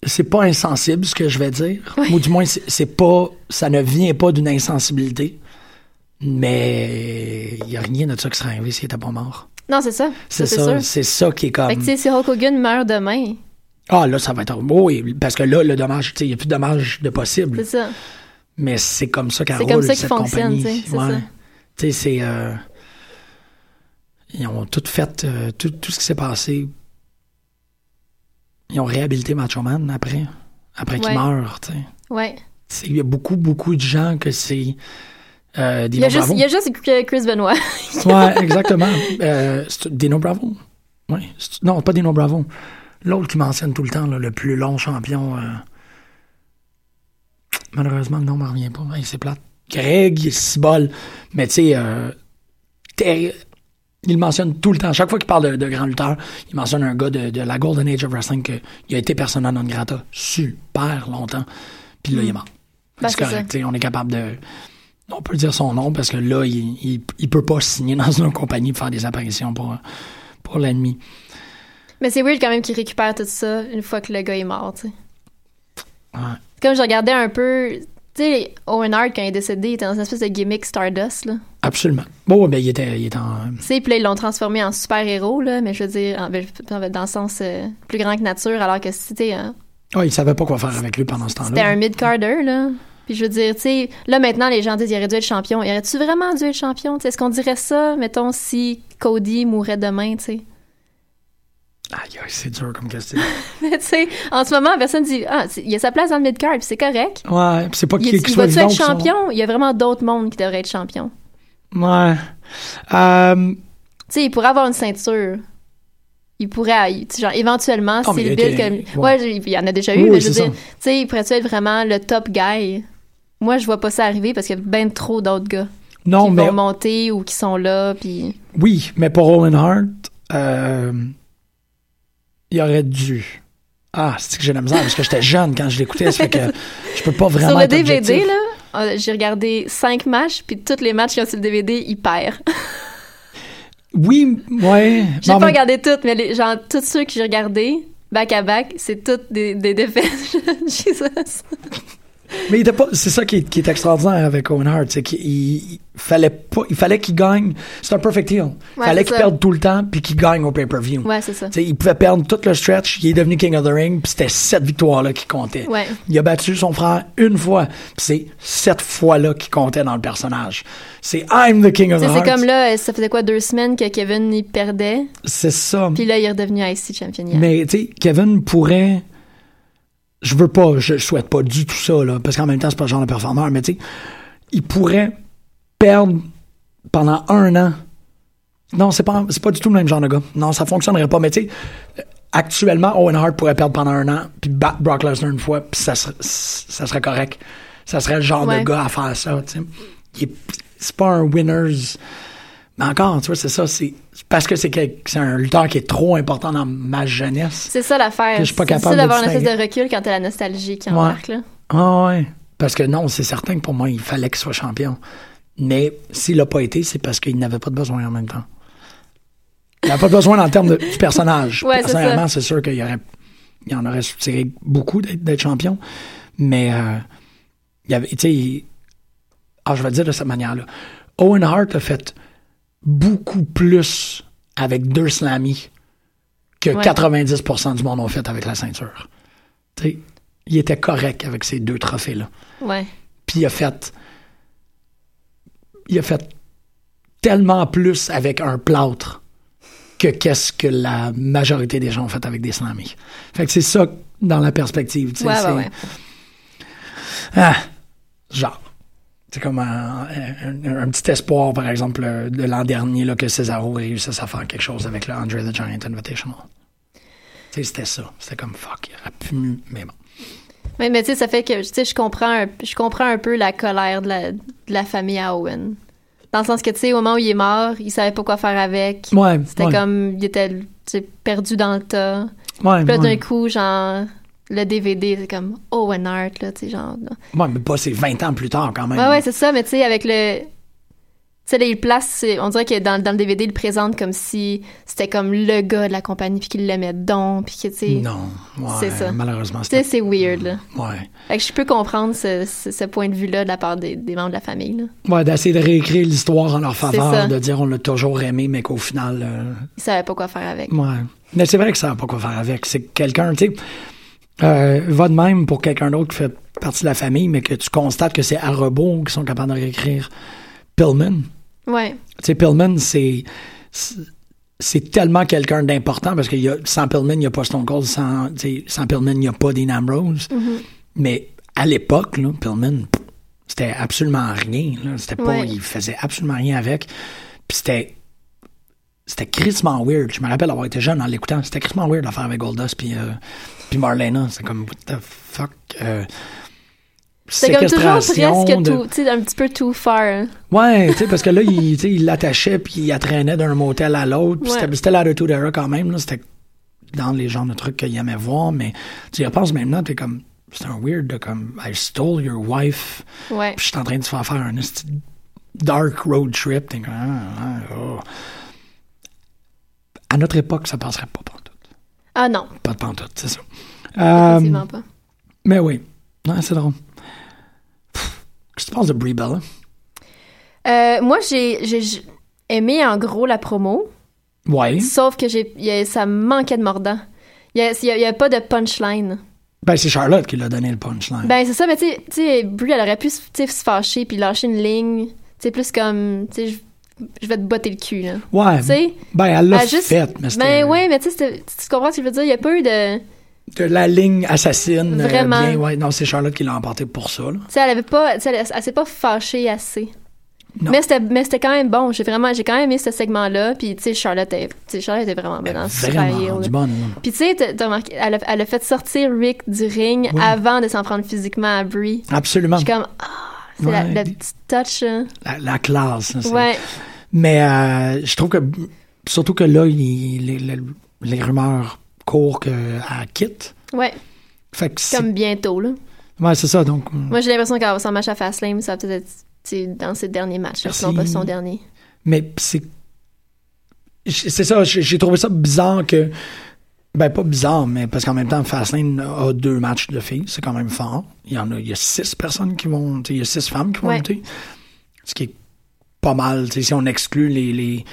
[SPEAKER 3] c'est pas insensible ce que je vais dire ou du moins c'est c'est pas ça ne vient pas d'une insensibilité mais il y a rien de ça qui serait arrivé s'il était pas mort
[SPEAKER 4] Non, c'est ça.
[SPEAKER 3] c'est
[SPEAKER 4] c'est
[SPEAKER 3] ça
[SPEAKER 4] sûr.
[SPEAKER 3] c'est ça qui est
[SPEAKER 4] Fait que,
[SPEAKER 3] comme
[SPEAKER 4] tu sais, si Hulk Hogan meurt demain,
[SPEAKER 3] ah là ça va être oui parce que là le dommage tu sais il y a plus de dommage de possible
[SPEAKER 4] c'est ça.
[SPEAKER 3] mais c'est comme ça qu'elle
[SPEAKER 4] C'est
[SPEAKER 3] roule
[SPEAKER 4] comme ça qu'il
[SPEAKER 3] cette
[SPEAKER 4] fonctionne,
[SPEAKER 3] compagnie.
[SPEAKER 4] tu sais, c'est
[SPEAKER 3] Ouais.
[SPEAKER 4] ça.
[SPEAKER 3] Tu sais, c'est euh, ils ont tout fait euh, tout, tout ce qui s'est passé ils ont réhabilité Macho Man après après qu'il
[SPEAKER 4] Ouais.
[SPEAKER 3] meure tu sais.
[SPEAKER 4] Ouais.
[SPEAKER 3] C'est- il y a beaucoup beaucoup de gens que c'est euh,
[SPEAKER 4] Il y,
[SPEAKER 3] Dino
[SPEAKER 4] a juste,
[SPEAKER 3] Bravo
[SPEAKER 4] il y a juste que Chris Benoit.
[SPEAKER 3] ouais exactement Euh, c'est- Dino Bravo ouais c'est- non pas Dino Bravo l'autre qui mentionne tout le temps là, le plus long champion euh, malheureusement le nom m'en revient pas Hey, c'est plate Greg Cibol mais tu sais euh, Terry- il mentionne tout le temps chaque fois qu'il parle de, de grand lutteur il mentionne un gars de, de la Golden Age of Wrestling que, il a été persona non grata super longtemps puis là il est mort
[SPEAKER 4] Ben,
[SPEAKER 3] c'est
[SPEAKER 4] c'est
[SPEAKER 3] correct tu sais, on est capable de on peut dire son nom parce que là, il, il, il peut pas signer dans une autre compagnie pour faire des apparitions pour, pour l'ennemi.
[SPEAKER 4] Mais c'est weird quand même qu'il récupère tout ça une fois que le gars est mort, tu sais.
[SPEAKER 3] Ouais.
[SPEAKER 4] C'est Comme je regardais un peu, tu sais, Owen Hart, quand il est décédé, il était dans une espèce de gimmick Stardust, là.
[SPEAKER 3] Absolument. Bon, ouais, ben, il était, il était en.
[SPEAKER 4] Tu sais, puis là, ils l'ont transformé en super-héros, là, mais je veux dire, en- ben, en fait, dans le sens euh, plus grand que nature, alors que c'était un,
[SPEAKER 3] Ah, il savait pas quoi faire avec lui pendant ce
[SPEAKER 4] hein, c'était un
[SPEAKER 3] temps-là.
[SPEAKER 4] mid-carder, là. Puis je veux dire, tu sais, là, maintenant, les gens disent, il aurait dû être champion. Il aurait-tu vraiment dû être champion? Tu sais, est-ce qu'on dirait ça, mettons, si Cody mourait demain, tu sais?
[SPEAKER 3] Aïe, aïe, c'est dur comme question.
[SPEAKER 4] Mais tu sais, en ce moment, personne dit, ah, c'est- il a sa place dans le mid-card, puis c'est correct.
[SPEAKER 3] Ouais, pis c'est pas
[SPEAKER 4] Il,
[SPEAKER 3] qui qui
[SPEAKER 4] il
[SPEAKER 3] soit
[SPEAKER 4] va-tu
[SPEAKER 3] vivant
[SPEAKER 4] être
[SPEAKER 3] ou qui soit-
[SPEAKER 4] champion? Il y a vraiment d'autres mondes qui devraient être champions.
[SPEAKER 3] Ouais. Euh,
[SPEAKER 4] Tu sais, il pourrait avoir une ceinture. Il pourrait, il- tu sais, genre, éventuellement,
[SPEAKER 3] Ah,
[SPEAKER 4] c'est
[SPEAKER 3] mais
[SPEAKER 4] le
[SPEAKER 3] il a
[SPEAKER 4] build
[SPEAKER 3] été-
[SPEAKER 4] comme.
[SPEAKER 3] ouais.
[SPEAKER 4] Ouais, j'ai- il y en a déjà eu,
[SPEAKER 3] Oui, oui,
[SPEAKER 4] mais je veux
[SPEAKER 3] c'est
[SPEAKER 4] dire, tu sais, il pourrait-tu être vraiment le top guy? Moi, je vois pas ça arriver parce qu'il y a bien trop d'autres gars
[SPEAKER 3] non,
[SPEAKER 4] qui
[SPEAKER 3] mais
[SPEAKER 4] vont monter ou qui sont là, puis.
[SPEAKER 3] oui, mais pour Owen Hart, euh, il aurait dû. Ah, c'est que j'ai la misère parce que j'étais jeune quand je l'écoutais, ça fait que je peux pas vraiment.
[SPEAKER 4] Sur le
[SPEAKER 3] être
[SPEAKER 4] DVD,
[SPEAKER 3] objectif.
[SPEAKER 4] là, euh, j'ai regardé cinq matchs, puis tous les matchs qui ont sur le DVD, il perd.
[SPEAKER 3] Oui, ouais.
[SPEAKER 4] J'ai
[SPEAKER 3] Non,
[SPEAKER 4] pas
[SPEAKER 3] mais-
[SPEAKER 4] regardé toutes, mais les, genre, tous ceux que j'ai regardés, back à back, c'est toutes des, des défaites. Jesus.
[SPEAKER 3] Mais il était pas. C'est ça qui est, qui est extraordinaire avec Owen Hart, c'est qu'il il fallait pas. Il fallait qu'il gagne. C'est un perfect deal. Il
[SPEAKER 4] Ouais,
[SPEAKER 3] fallait
[SPEAKER 4] c'est
[SPEAKER 3] qu'il
[SPEAKER 4] ça.
[SPEAKER 3] perde tout le temps puis qu'il gagne au pay-per-view.
[SPEAKER 4] Ouais, c'est ça.
[SPEAKER 3] Tu sais, il pouvait perdre tout le stretch. Il est devenu King of the Ring puis c'était cette victoire là qui comptait.
[SPEAKER 4] Ouais.
[SPEAKER 3] Il a battu son frère une fois puis c'est cette fois là qui comptait dans le personnage. C'est I'm the King of the
[SPEAKER 4] Tu sais,
[SPEAKER 3] Hearts.
[SPEAKER 4] C'est comme là, euh, ça faisait quoi, deux semaines que Kevin il perdait,
[SPEAKER 3] C'est ça.
[SPEAKER 4] puis là, il est redevenu IC champion. hier.
[SPEAKER 3] Mais tu sais, Kevin pourrait. Je veux pas, je je souhaite pas du tout ça, là, parce qu'en même temps, c'est pas le genre de performeur, mais tu sais, il pourrait perdre pendant un an. Non, c'est pas, c'est pas du tout le même genre de gars. Non, ça fonctionnerait pas, mais tu sais, actuellement, Owen Hart pourrait perdre pendant un an, puis battre Brock Lesnar une fois, puis ça, serait- ça serait correct. Ça serait le genre
[SPEAKER 4] Ouais.
[SPEAKER 3] de gars à faire ça, tu sais. Il est- C'est pas un winner's. Mais encore, tu vois, c'est ça, c'est c'est parce que c'est quel- c'est un lutteur qui est trop important dans ma jeunesse.
[SPEAKER 4] C'est ça l'affaire.
[SPEAKER 3] Je suis pas
[SPEAKER 4] C'est
[SPEAKER 3] capable
[SPEAKER 4] ça d'avoir
[SPEAKER 3] de
[SPEAKER 4] une espèce
[SPEAKER 3] distinguer.
[SPEAKER 4] de recul quand t'as la nostalgie qui
[SPEAKER 3] Ouais.
[SPEAKER 4] embarque, là.
[SPEAKER 3] Ah ouais. Parce que non, c'est certain que pour moi, il fallait qu'il soit champion. Mais s'il l'a pas été, c'est parce qu'il n'avait pas de besoin en même temps. Il n'avait pas de besoin en termes de, du personnage.
[SPEAKER 4] Ouais, c'est
[SPEAKER 3] Personnellement, c'est sûr qu'il y aurait, il en aurait tiré beaucoup d'être d'être champion. Mais, euh, il y avait, tu sais, il- ah, je vais le dire de cette manière-là. Owen Hart a fait beaucoup plus avec deux slammies que
[SPEAKER 4] Ouais.
[SPEAKER 3] 90% du monde ont fait avec la ceinture. Tu sais, il était correct avec ces deux trophées-là.
[SPEAKER 4] Ouais.
[SPEAKER 3] Puis il a fait. Il a fait tellement plus avec un plâtre que qu'est-ce que la majorité des gens ont fait avec des slammies. Fait que c'est ça dans la perspective. tu sais,
[SPEAKER 4] Ouais,
[SPEAKER 3] c'est-
[SPEAKER 4] ouais, ouais.
[SPEAKER 3] ah, genre. C'est comme un, un- un- un petit espoir, par exemple, euh, de l'an dernier, là, que Cesaro réussisse à faire quelque chose avec le Andre the Giant Invitational. Tu sais, c'était ça. C'était comme fuck, il aurait pu mieux, mais bon.
[SPEAKER 4] Mais, mais tu sais, ça fait que tu sais, je comprends, un- je comprends un peu la colère de la, de la famille à Owen. Dans le sens que, tu sais, au moment où il est mort, il savait pas quoi faire avec.
[SPEAKER 3] Ouais,
[SPEAKER 4] C'était
[SPEAKER 3] ouais,
[SPEAKER 4] comme, il était tu sais, perdu dans le tas.
[SPEAKER 3] Ouais,
[SPEAKER 4] Puis là, d'un
[SPEAKER 3] ouais.
[SPEAKER 4] coup, genre, le DVD, c'est comme Owen Hart, là, tu sais, genre. là.
[SPEAKER 3] Ouais, mais pas, c'est 20 ans plus tard quand même.
[SPEAKER 4] Ouais, ouais, c'est ça, mais tu sais, avec le. Tu sais, là, il le place, c'est- on dirait que dans, dans le DVD, il le présente comme si c'était comme le gars de la compagnie, puis qu'il l'aimait donc, puis que, tu sais.
[SPEAKER 3] non, ouais,
[SPEAKER 4] C'est ça.
[SPEAKER 3] malheureusement,
[SPEAKER 4] Tu sais,
[SPEAKER 3] c'était.
[SPEAKER 4] c'est weird, là.
[SPEAKER 3] Ouais.
[SPEAKER 4] Fait que je peux comprendre ce, ce- ce point de vue-là de la part des, des membres de la famille, là.
[SPEAKER 3] Ouais, d'essayer de réécrire l'histoire en leur
[SPEAKER 4] ça.
[SPEAKER 3] faveur, de dire on l'a toujours aimé, mais qu'au final, euh,
[SPEAKER 4] Ils savaient pas quoi faire avec.
[SPEAKER 3] Ouais. Mais c'est vrai que ça n'a pas quoi faire avec. C'est que quelqu'un, tu sais, euh, va de même pour quelqu'un d'autre qui fait partie de la famille, mais que tu constates que c'est à rebours qu'ils sont capables de réécrire Pillman.
[SPEAKER 4] Ouais.
[SPEAKER 3] Tu sais, Pillman, c'est. c'est- C'est tellement quelqu'un d'important parce que y a- sans Pillman, il n'y a pas Stone Cold, sans, tu sais, sans Pillman, il n'y a pas Dean Ambrose.
[SPEAKER 4] Mm-hmm.
[SPEAKER 3] Mais à l'époque, là, Pillman, pff, c'était absolument rien. là. C'était pas,
[SPEAKER 4] Ouais.
[SPEAKER 3] Il faisait absolument rien avec. Puis c'était. C'était crissement weird. Je me rappelle avoir été jeune en l'écoutant. C'était crissement weird l'affaire avec Goldust puis, euh, puis Marlena. C'est comme, what the fuck? euh,
[SPEAKER 4] C'est comme toujours
[SPEAKER 3] séquestration
[SPEAKER 4] presque
[SPEAKER 3] de-
[SPEAKER 4] tout, tu sais, un petit peu too far. hein.
[SPEAKER 3] Ouais, tu sais, parce que là, il tu sais, il l'attachait, puis il la traînait d'un motel à l'autre. Puis
[SPEAKER 4] Ouais.
[SPEAKER 3] c'était- C'était la retour d'Era quand même. là, C'était dans les genres de trucs qu'il aimait voir. Mais tu y repenses maintenant, t'es comme... C'est un weird de comme... I stole your wife.
[SPEAKER 4] Ouais.
[SPEAKER 3] Puis je suis en train de te faire faire un esti de dark road trip. T'es comme... ah, ah, oh. À notre époque, ça passerait pas pantoute.
[SPEAKER 4] Ah non,
[SPEAKER 3] Pas de pantoute, c'est ça. Euh,
[SPEAKER 4] effectivement pas.
[SPEAKER 3] Mais oui. Ouais, c'est drôle. Pff, Qu'est-ce que tu penses de Brie Bella?
[SPEAKER 4] Euh, moi, j'ai j'ai- j'ai aimé en gros la promo,
[SPEAKER 3] Ouais.
[SPEAKER 4] sauf que j'ai il y a- ça me manquait de mordant. Il n'y a, pas de punchline.
[SPEAKER 3] Ben, c'est Charlotte qui l'a donné le punchline.
[SPEAKER 4] Ben, c'est ça, mais tu sais- tu sais, Brie, elle aurait pu se tu sais, se fâcher puis lâcher une ligne. C'est plus comme, tu sais, je- je vais te botter le cul, là.
[SPEAKER 3] Ouais.
[SPEAKER 4] Tu sais?
[SPEAKER 3] Ben, elle l'a
[SPEAKER 4] Elle juste-
[SPEAKER 3] faite, mais c'était
[SPEAKER 4] Ben, ouais, mais tu sais, c'était- tu comprends ce que je veux dire? Il n'y a pas eu de.
[SPEAKER 3] de la ligne assassine. euh,
[SPEAKER 4] Vraiment.
[SPEAKER 3] bien, ouais. Non, c'est Charlotte qui l'a emporté pour ça. là.
[SPEAKER 4] Tu sais, elle avait pas, tu sais, elle, elle s'est pas fâchée assez.
[SPEAKER 3] Non.
[SPEAKER 4] Mais c'était, mais c'était quand même bon. J'ai vraiment, j'ai quand même aimé ce segment-là. Puis tu sais, Charlotte, est- tu sais, Charlotte était vraiment bonne dans ce super heel,
[SPEAKER 3] Vraiment
[SPEAKER 4] là.
[SPEAKER 3] du bon. là.
[SPEAKER 4] Puis tu sais, t'as- t'as remarqué, elle a, elle a fait sortir Rick du ring
[SPEAKER 3] Oui.
[SPEAKER 4] avant de s'en prendre physiquement à Brie.
[SPEAKER 3] Absolument.
[SPEAKER 4] Je suis comme, ah, c'est la,
[SPEAKER 3] Ouais.
[SPEAKER 4] la petite touch. hein.
[SPEAKER 3] La, la classe. là, c'est-
[SPEAKER 4] Ouais,
[SPEAKER 3] Mais euh, je trouve que, surtout que là, il- les, les- les rumeurs courent qu'elle quitte.
[SPEAKER 4] ouais,
[SPEAKER 3] Fait que c'est-
[SPEAKER 4] comme bientôt là.
[SPEAKER 3] Ouais, c'est ça. Donc, euh,
[SPEAKER 4] Moi, j'ai l'impression qu'elle va s'en match à Fastlane, ça va peut-être être tu sais, dans ses derniers matchs, là,
[SPEAKER 3] Merci.
[SPEAKER 4] sinon pas son dernier.
[SPEAKER 3] Mais c'est. j- C'est ça, j'ai j'ai trouvé ça bizarre que Ben, pas bizarre, mais parce qu'en même temps, Fastlane a deux matchs de filles, c'est quand même fort. Il y en a, il y a six personnes qui vont, tu sais, il y a six femmes qui vont
[SPEAKER 4] Ouais.
[SPEAKER 3] lutter. Ce qui est pas mal, tu sais, si on exclut les, les,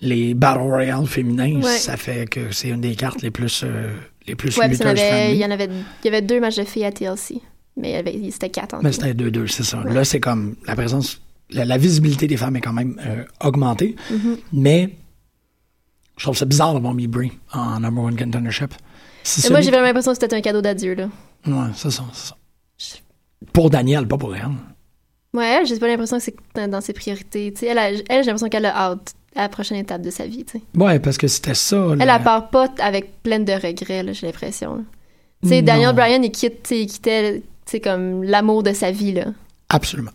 [SPEAKER 3] les Battle Royale féminins,
[SPEAKER 4] Ouais.
[SPEAKER 3] ça fait que c'est une des cartes les plus, euh, les plus
[SPEAKER 4] Ouais, puis il y en
[SPEAKER 3] lutteuses
[SPEAKER 4] avait,
[SPEAKER 3] friendly.
[SPEAKER 4] il y en avait, il y avait deux matchs de filles à TLC, mais il y avait- c'était quatre en
[SPEAKER 3] Mais
[SPEAKER 4] tout.
[SPEAKER 3] c'était 2-2, Ben, c'est ça. Là, c'est comme la présence, la, la visibilité des femmes est quand même euh, augmentée.
[SPEAKER 4] Mm-hmm.
[SPEAKER 3] Mais je trouve ça bizarre d'avoir mis Brie en number one contendership. Si
[SPEAKER 4] Mais Moi,
[SPEAKER 3] celui-
[SPEAKER 4] j'ai vraiment l'impression que c'était un cadeau d'adieu, là.
[SPEAKER 3] Ouais, c'est ça, c'est ça. Pour Daniel, pas pour elle.
[SPEAKER 4] Ouais, elle, j'ai pas l'impression que c'est dans- dans ses priorités. tu sais. Elle, a- elle, j'ai l'impression qu'elle a hâte à la prochaine étape de sa vie. tu sais.
[SPEAKER 3] Ouais, parce que c'était ça.
[SPEAKER 4] Elle,
[SPEAKER 3] la-
[SPEAKER 4] elle part pas t- avec pleine de regrets, là, j'ai l'impression. là. Tu sais, Daniel
[SPEAKER 3] Non.
[SPEAKER 4] Bryan, il, quitte, tu sais, il quittait tu sais, comme l'amour de sa vie. Là.
[SPEAKER 3] Absolument.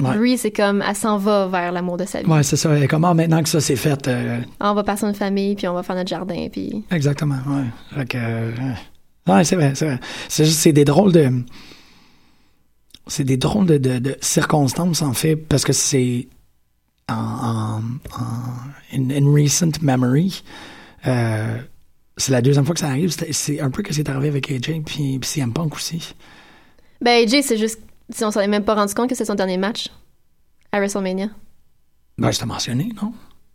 [SPEAKER 3] Ouais.
[SPEAKER 4] Brie, c'est comme, elle s'en va vers l'amour de sa vie.
[SPEAKER 3] Ouais, c'est ça. Et comment ah, maintenant que ça c'est fait? euh,
[SPEAKER 4] Ah, On va partir une famille, puis on va faire notre jardin, puis...
[SPEAKER 3] Exactement, ouais. Fait que, euh, ouais, c'est vrai, c'est vrai. C'est juste, c'est des drôles de. C'est des drôles de, de- de circonstances, en fait, parce que c'est. En, en, en- in, in recent memory, euh, c'est la deuxième fois que ça arrive. C'est c'est un peu que c'est arrivé avec AJ puis, puis CM Punk aussi.
[SPEAKER 4] Ben, AJ, c'est juste... Si on s'en est même pas rendu compte que c'est son dernier match à WrestleMania.
[SPEAKER 3] Ben, je t'ai mentionné, non?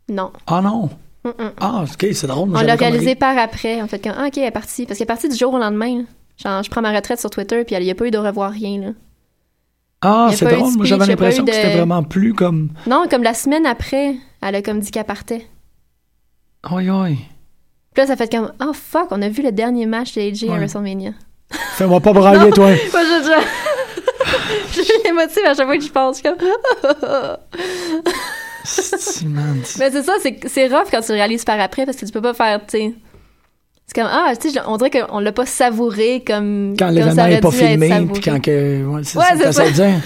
[SPEAKER 4] Non.
[SPEAKER 3] Ah non!
[SPEAKER 4] Mm-mm.
[SPEAKER 3] Ah, ok, c'est drôle.
[SPEAKER 4] On
[SPEAKER 3] j'avais
[SPEAKER 4] l'a
[SPEAKER 3] compris.
[SPEAKER 4] réalisé par après, en fait, quand, ah, OK, elle est partie. Parce qu'elle est partie du jour au lendemain. là. Genre, je prends ma retraite sur Twitter, puis il n'y a pas eu de revoir rien, là.
[SPEAKER 3] Ah,
[SPEAKER 4] y a
[SPEAKER 3] c'est
[SPEAKER 4] pas eu de
[SPEAKER 3] drôle. Moi, j'avais
[SPEAKER 4] speech, y a pas
[SPEAKER 3] l'impression
[SPEAKER 4] eu
[SPEAKER 3] que
[SPEAKER 4] de-
[SPEAKER 3] c'était vraiment plus comme.
[SPEAKER 4] Non, comme la semaine après, elle a comme dit qu'elle partait.
[SPEAKER 3] Oi, oi.
[SPEAKER 4] Puis là, ça fait comme, oh fuck, on a vu le dernier match de AJ
[SPEAKER 3] Ouais.
[SPEAKER 4] à WrestleMania.
[SPEAKER 3] Fais-moi pas brailler, toi.
[SPEAKER 4] Moi, je, je... je suis émotive à chaque fois que je pense. je suis comme,
[SPEAKER 3] Sti, man.
[SPEAKER 4] Mais c'est ça, c'est c'est rough quand tu le réalises par après parce que tu peux pas faire, tu sais. C'est comme, ah, tu sais, je- on dirait qu'on l'a pas savouré comme.
[SPEAKER 3] Quand
[SPEAKER 4] comme
[SPEAKER 3] l'événement
[SPEAKER 4] ça
[SPEAKER 3] n'est pas
[SPEAKER 4] aurait dû être
[SPEAKER 3] filmé,
[SPEAKER 4] savouré.
[SPEAKER 3] puis quand que. Ouais, c'est
[SPEAKER 4] Ouais,
[SPEAKER 3] ça, t'as
[SPEAKER 4] c'est
[SPEAKER 3] ça
[SPEAKER 4] ça.
[SPEAKER 3] à dire.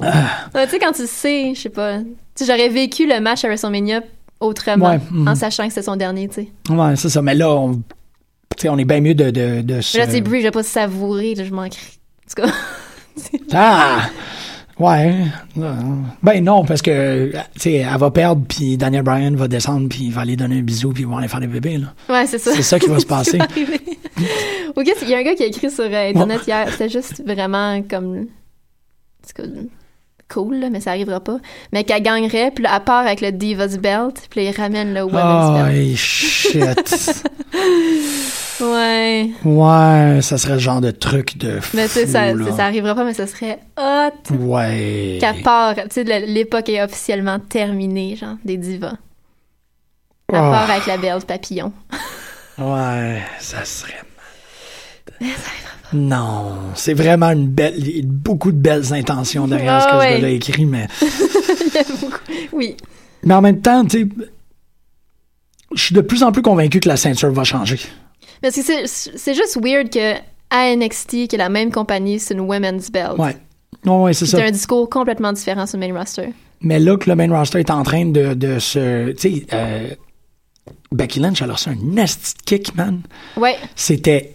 [SPEAKER 4] Ouais, tu sais, quand tu le sais, je sais pas. Tu sais, j'aurais vécu le match à WrestleMania autrement,
[SPEAKER 3] Ouais, mhm.
[SPEAKER 4] en sachant que c'est son dernier, tu sais.
[SPEAKER 3] Ouais, c'est ça. Mais là, on, tu sais, on est bien mieux de, de, de se.
[SPEAKER 4] Mais là, tu sais, Brie, j'ai pas savouré, là, je m'en crie. En tout cas,
[SPEAKER 3] Ah! Ouais. Ben non, parce que, tu sais, elle va perdre, puis Daniel Bryan va descendre, puis il va aller donner un bisou, puis ils vont aller faire des bébés, là.
[SPEAKER 4] ouais, c'est ça.
[SPEAKER 3] C'est ça qui va se passer.
[SPEAKER 4] arriver. Ok, il y a un gars qui a écrit sur euh, Internet hier, c'était juste vraiment comme. c'est cool- Cool, là, mais ça arrivera pas. Mais qu'elle gagnerait, puis là, elle part avec le Divas Belt, puis là, il ramène le Women's
[SPEAKER 3] Oh,
[SPEAKER 4] Belt.
[SPEAKER 3] shit.
[SPEAKER 4] Ouais.
[SPEAKER 3] ouais, ça serait le genre de truc de fou,
[SPEAKER 4] Mais tu sais, ça,
[SPEAKER 3] là.
[SPEAKER 4] ça arrivera pas, mais ce serait hot
[SPEAKER 3] Ouais.
[SPEAKER 4] qu'elle part. Tu sais, le- l'époque est officiellement terminée, genre, des divas. Elle
[SPEAKER 3] Ah.
[SPEAKER 4] part avec la Belt Papillon.
[SPEAKER 3] Ouais, ça serait. Non, c'est vraiment une belle, il y a beaucoup de belles intentions derrière ce
[SPEAKER 4] Ah
[SPEAKER 3] que
[SPEAKER 4] ouais.
[SPEAKER 3] je l'ai écrit, mais,
[SPEAKER 4] Il y a beaucoup- oui.
[SPEAKER 3] mais en même temps, tu sais, je suis de plus en plus convaincu que la ceinture va changer.
[SPEAKER 4] Parce que c'est- c'est juste weird que à NXT, qui est la même compagnie, c'est une Women's Belt.
[SPEAKER 3] Ouais, ouais, ouais, c'est ça.
[SPEAKER 4] C'est un discours complètement différent sur le main roster.
[SPEAKER 3] Mais là que le main roster est en train de, de se, tu sais, euh, Becky Lynch elle a reçu un nasty kick, man.
[SPEAKER 4] Ouais,
[SPEAKER 3] C'était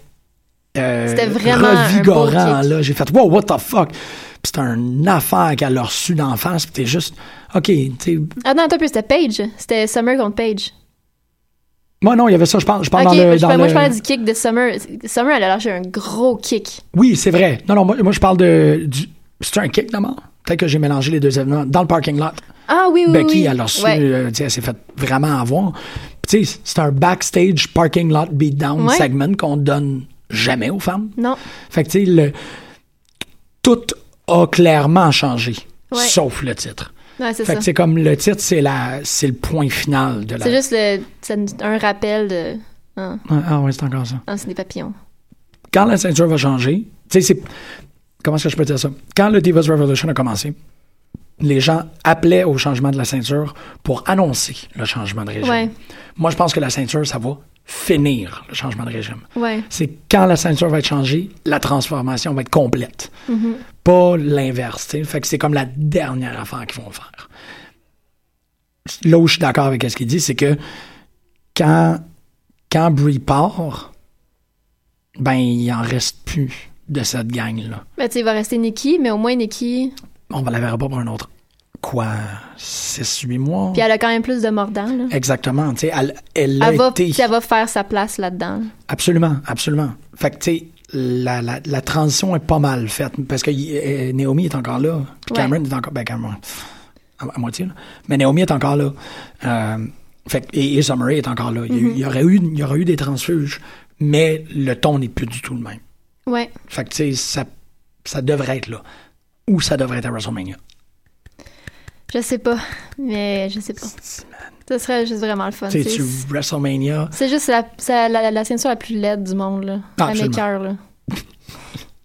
[SPEAKER 3] euh,
[SPEAKER 4] C'était vraiment un
[SPEAKER 3] revigorant.
[SPEAKER 4] beau kick.
[SPEAKER 3] là. J'ai fait Wow, what the fuck? Puis c'était une affaire qu'elle a reçue d'en face. Puis t'es juste, OK, tu sais.
[SPEAKER 4] Ah non, attends un peu, c'était Paige. C'était Summer contre Paige.
[SPEAKER 3] Moi, non, il y avait ça, je parle, je parle
[SPEAKER 4] ok,
[SPEAKER 3] dans le.
[SPEAKER 4] je-
[SPEAKER 3] dans
[SPEAKER 4] moi
[SPEAKER 3] le-
[SPEAKER 4] je parlais du kick de Summer. Summer, elle a lâché un gros kick.
[SPEAKER 3] Oui, c'est vrai. Non, non, moi, moi, je parle de. Du... C'était un kick d'abord. Peut-être que j'ai mélangé les deux événements. Dans le parking lot,
[SPEAKER 4] Ah oui, oui,
[SPEAKER 3] Becky,
[SPEAKER 4] oui.
[SPEAKER 3] elle a reçu.
[SPEAKER 4] Ouais.
[SPEAKER 3] euh, tu sais, elle s'est fait vraiment avoir. Puis, tu sais, c'est un backstage parking lot beatdown
[SPEAKER 4] Ouais.
[SPEAKER 3] segment qu'on donne jamais aux femmes.
[SPEAKER 4] Non.
[SPEAKER 3] Fait que, tu sais, le- tout a clairement changé,
[SPEAKER 4] Ouais.
[SPEAKER 3] sauf le titre.
[SPEAKER 4] Ouais, c'est
[SPEAKER 3] Fait
[SPEAKER 4] ça.
[SPEAKER 3] que c'est comme le titre, c'est la, c'est le point final de la.
[SPEAKER 4] C'est juste le, c'est un rappel de. Ah,
[SPEAKER 3] Ah, ah ouais, c'est encore ça.
[SPEAKER 4] ah, c'est des papillons.
[SPEAKER 3] Quand la ceinture va changer, tu sais, c'est comment est-ce que je peux dire ça Quand le Divas Revolution a commencé, les gens appelaient au changement de la ceinture pour annoncer le changement de régime.
[SPEAKER 4] Ouais.
[SPEAKER 3] Moi, je pense que la ceinture, ça va finir le changement de régime.
[SPEAKER 4] Ouais.
[SPEAKER 3] c'est quand la ceinture va être changée, la transformation va être complète.
[SPEAKER 4] Mm-hmm.
[SPEAKER 3] Pas l'inverse. tu sais. Fait que c'est comme la dernière affaire qu'ils vont faire. Là où je suis d'accord avec ce qu'il dit, c'est que quand, quand Brie part, ben il en reste plus de cette gang-là.
[SPEAKER 4] Ben, tu sais, il va rester Nikki, mais au moins Nikki.
[SPEAKER 3] On va la verra pas pour un autre. quoi, 6-8 mois.
[SPEAKER 4] Puis elle a quand même plus de mordant. Là.
[SPEAKER 3] Exactement. Tu sais, elle, elle l'a
[SPEAKER 4] Elle va,
[SPEAKER 3] été.
[SPEAKER 4] puis elle va faire sa place là-dedans.
[SPEAKER 3] Absolument, absolument. Fait que, tu sais, la, la, la transition est pas mal faite parce que y- euh, Naomi est encore là. Puis
[SPEAKER 4] Ouais.
[SPEAKER 3] Cameron est encore. Ben, Cameron. À, à moitié, là. Mais Naomi est encore là. Euh, fait que- et, et Summeray est encore là. Il y a eu- il y, aurait eu, il y aurait eu des transfuges, mais le ton n'est plus du tout le même.
[SPEAKER 4] Ouais.
[SPEAKER 3] Fait que, tu sais, ça, ça devrait être là. Ou ça devrait être à WrestleMania.
[SPEAKER 4] Je sais pas, mais je sais pas. Ce serait juste vraiment le fun.
[SPEAKER 3] Tu sais,
[SPEAKER 4] C'est-
[SPEAKER 3] tu WrestleMania.
[SPEAKER 4] C'est juste la, ça- la, la ceinture la plus laide du monde, là.
[SPEAKER 3] Ah,
[SPEAKER 4] à mes
[SPEAKER 3] absolument.
[SPEAKER 4] cœurs, là.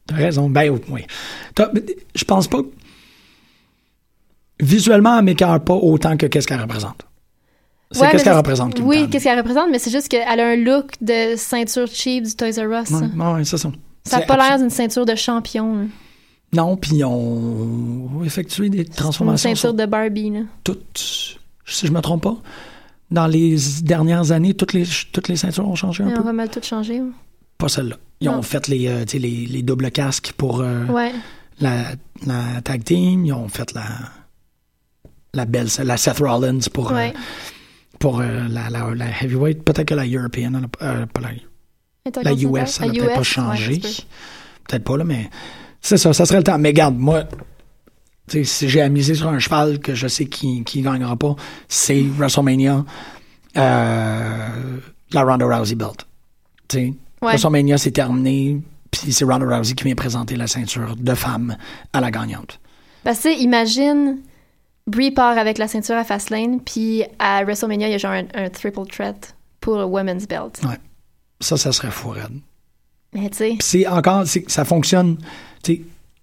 [SPEAKER 3] T'as raison. Ben oui, oui. T'as- Je pense pas. Visuellement, elle m'écœure pas autant que qu'est-ce qu'elle représente. C'est
[SPEAKER 4] Ouais, mais
[SPEAKER 3] qu'est-ce qu'elle
[SPEAKER 4] c'est-
[SPEAKER 3] représente qui me
[SPEAKER 4] Oui,
[SPEAKER 3] parle.
[SPEAKER 4] qu'est-ce qu'elle représente, mais c'est juste qu'elle a un look de ceinture cheap du Toys R Us.
[SPEAKER 3] Ouais, ouais, ouais, c'est ça.
[SPEAKER 4] Ça n'a
[SPEAKER 3] C'est
[SPEAKER 4] pas l'air
[SPEAKER 3] abs-
[SPEAKER 4] d'une ceinture de champion. là.
[SPEAKER 3] Non, puis on effectué des
[SPEAKER 4] Une
[SPEAKER 3] transformations
[SPEAKER 4] ceinture
[SPEAKER 3] sur
[SPEAKER 4] de Barbie. Là.
[SPEAKER 3] toutes, si je me trompe pas. Dans les dernières années, toutes les, toutes les ceintures ont changé un
[SPEAKER 4] Et on
[SPEAKER 3] peu.
[SPEAKER 4] va mal tout changer. hein.
[SPEAKER 3] Pas celle-là. Ils
[SPEAKER 4] Non.
[SPEAKER 3] ont fait les, euh, tu sais, les, les doubles casques pour euh,
[SPEAKER 4] Ouais.
[SPEAKER 3] la, la tag team. Ils ont fait la, la belle, la Seth Rollins pour euh,
[SPEAKER 4] Ouais.
[SPEAKER 3] pour euh, la, la, la heavyweight, peut-être que la European, elle a- euh, pas la, la US, elle n'a peut-être pas changé. peut-être pas, là, mais c'est ça, ça serait le temps. Mais garde, moi, tu sais, si j'ai à miser sur un cheval que je sais qui ne gagnera pas, c'est WrestleMania, euh, la Ronda Rousey belt. Tu sais,
[SPEAKER 4] Ouais.
[SPEAKER 3] WrestleMania, c'est terminé, puis c'est Ronda Rousey qui vient présenter la ceinture de femme à la gagnante.
[SPEAKER 4] Parce que, imagine, Brie part avec la ceinture à Fastlane, puis à WrestleMania, il y a genre un, un triple threat pour le Women's Belt.
[SPEAKER 3] Ouais. Ça, ça serait fou, raide.
[SPEAKER 4] Mais tu sais,
[SPEAKER 3] Puis c'est encore, c'est- ça fonctionne tu sais,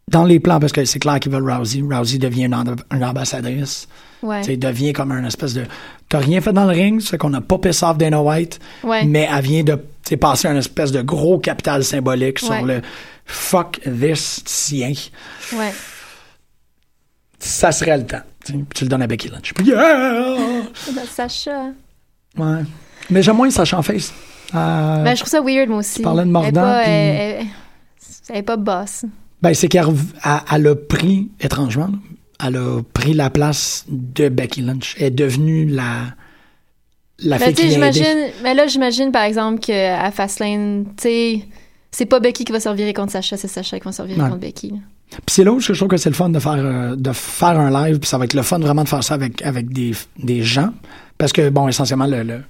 [SPEAKER 3] dans les plans parce que c'est clair qu'ils veulent Rousey. Rousey devient une, amb- une ambassadrice.
[SPEAKER 4] ouais.
[SPEAKER 3] Tu sais, devient comme un espèce de. T'as rien fait dans le ring, c'est qu'on n'a pas pissé off Dana White,
[SPEAKER 4] Ouais.
[SPEAKER 3] mais elle vient de tu sais, passer un espèce de gros capital symbolique
[SPEAKER 4] Ouais.
[SPEAKER 3] sur le fuck this sien.
[SPEAKER 4] ouais.
[SPEAKER 3] Ça serait le temps. tu sais. Puis tu le donnes à Becky Lynch. Yeah!
[SPEAKER 4] Ben, Sacha.
[SPEAKER 3] ouais. Mais j'aime moins Sacha en face. Euh,
[SPEAKER 4] Ben, je trouve ça weird, moi aussi.
[SPEAKER 3] tu parlais de
[SPEAKER 4] Elle est
[SPEAKER 3] mordant,
[SPEAKER 4] pas,
[SPEAKER 3] puis-
[SPEAKER 4] elle- elle- elle est pas boss.
[SPEAKER 3] Ben, c'est qu'elle rev- elle- elle a pris, étrangement, là, elle a pris la place de Becky Lynch. Elle est devenue la, la
[SPEAKER 4] Ben,
[SPEAKER 3] fille
[SPEAKER 4] tu
[SPEAKER 3] qui
[SPEAKER 4] sais,
[SPEAKER 3] l'a aidée.
[SPEAKER 4] j'imagine, mais là, j'imagine, par exemple, qu'à Fastlane, tu sais, c'est pas Becky qui va servir contre Sacha, c'est Sacha qui va servir
[SPEAKER 3] Ouais.
[SPEAKER 4] contre Becky. là.
[SPEAKER 3] Puis c'est là où je trouve que c'est le fun de faire, euh, de faire un live, puis ça va être le fun vraiment de faire ça avec, avec des, des gens. Parce que, bon, essentiellement, le- le-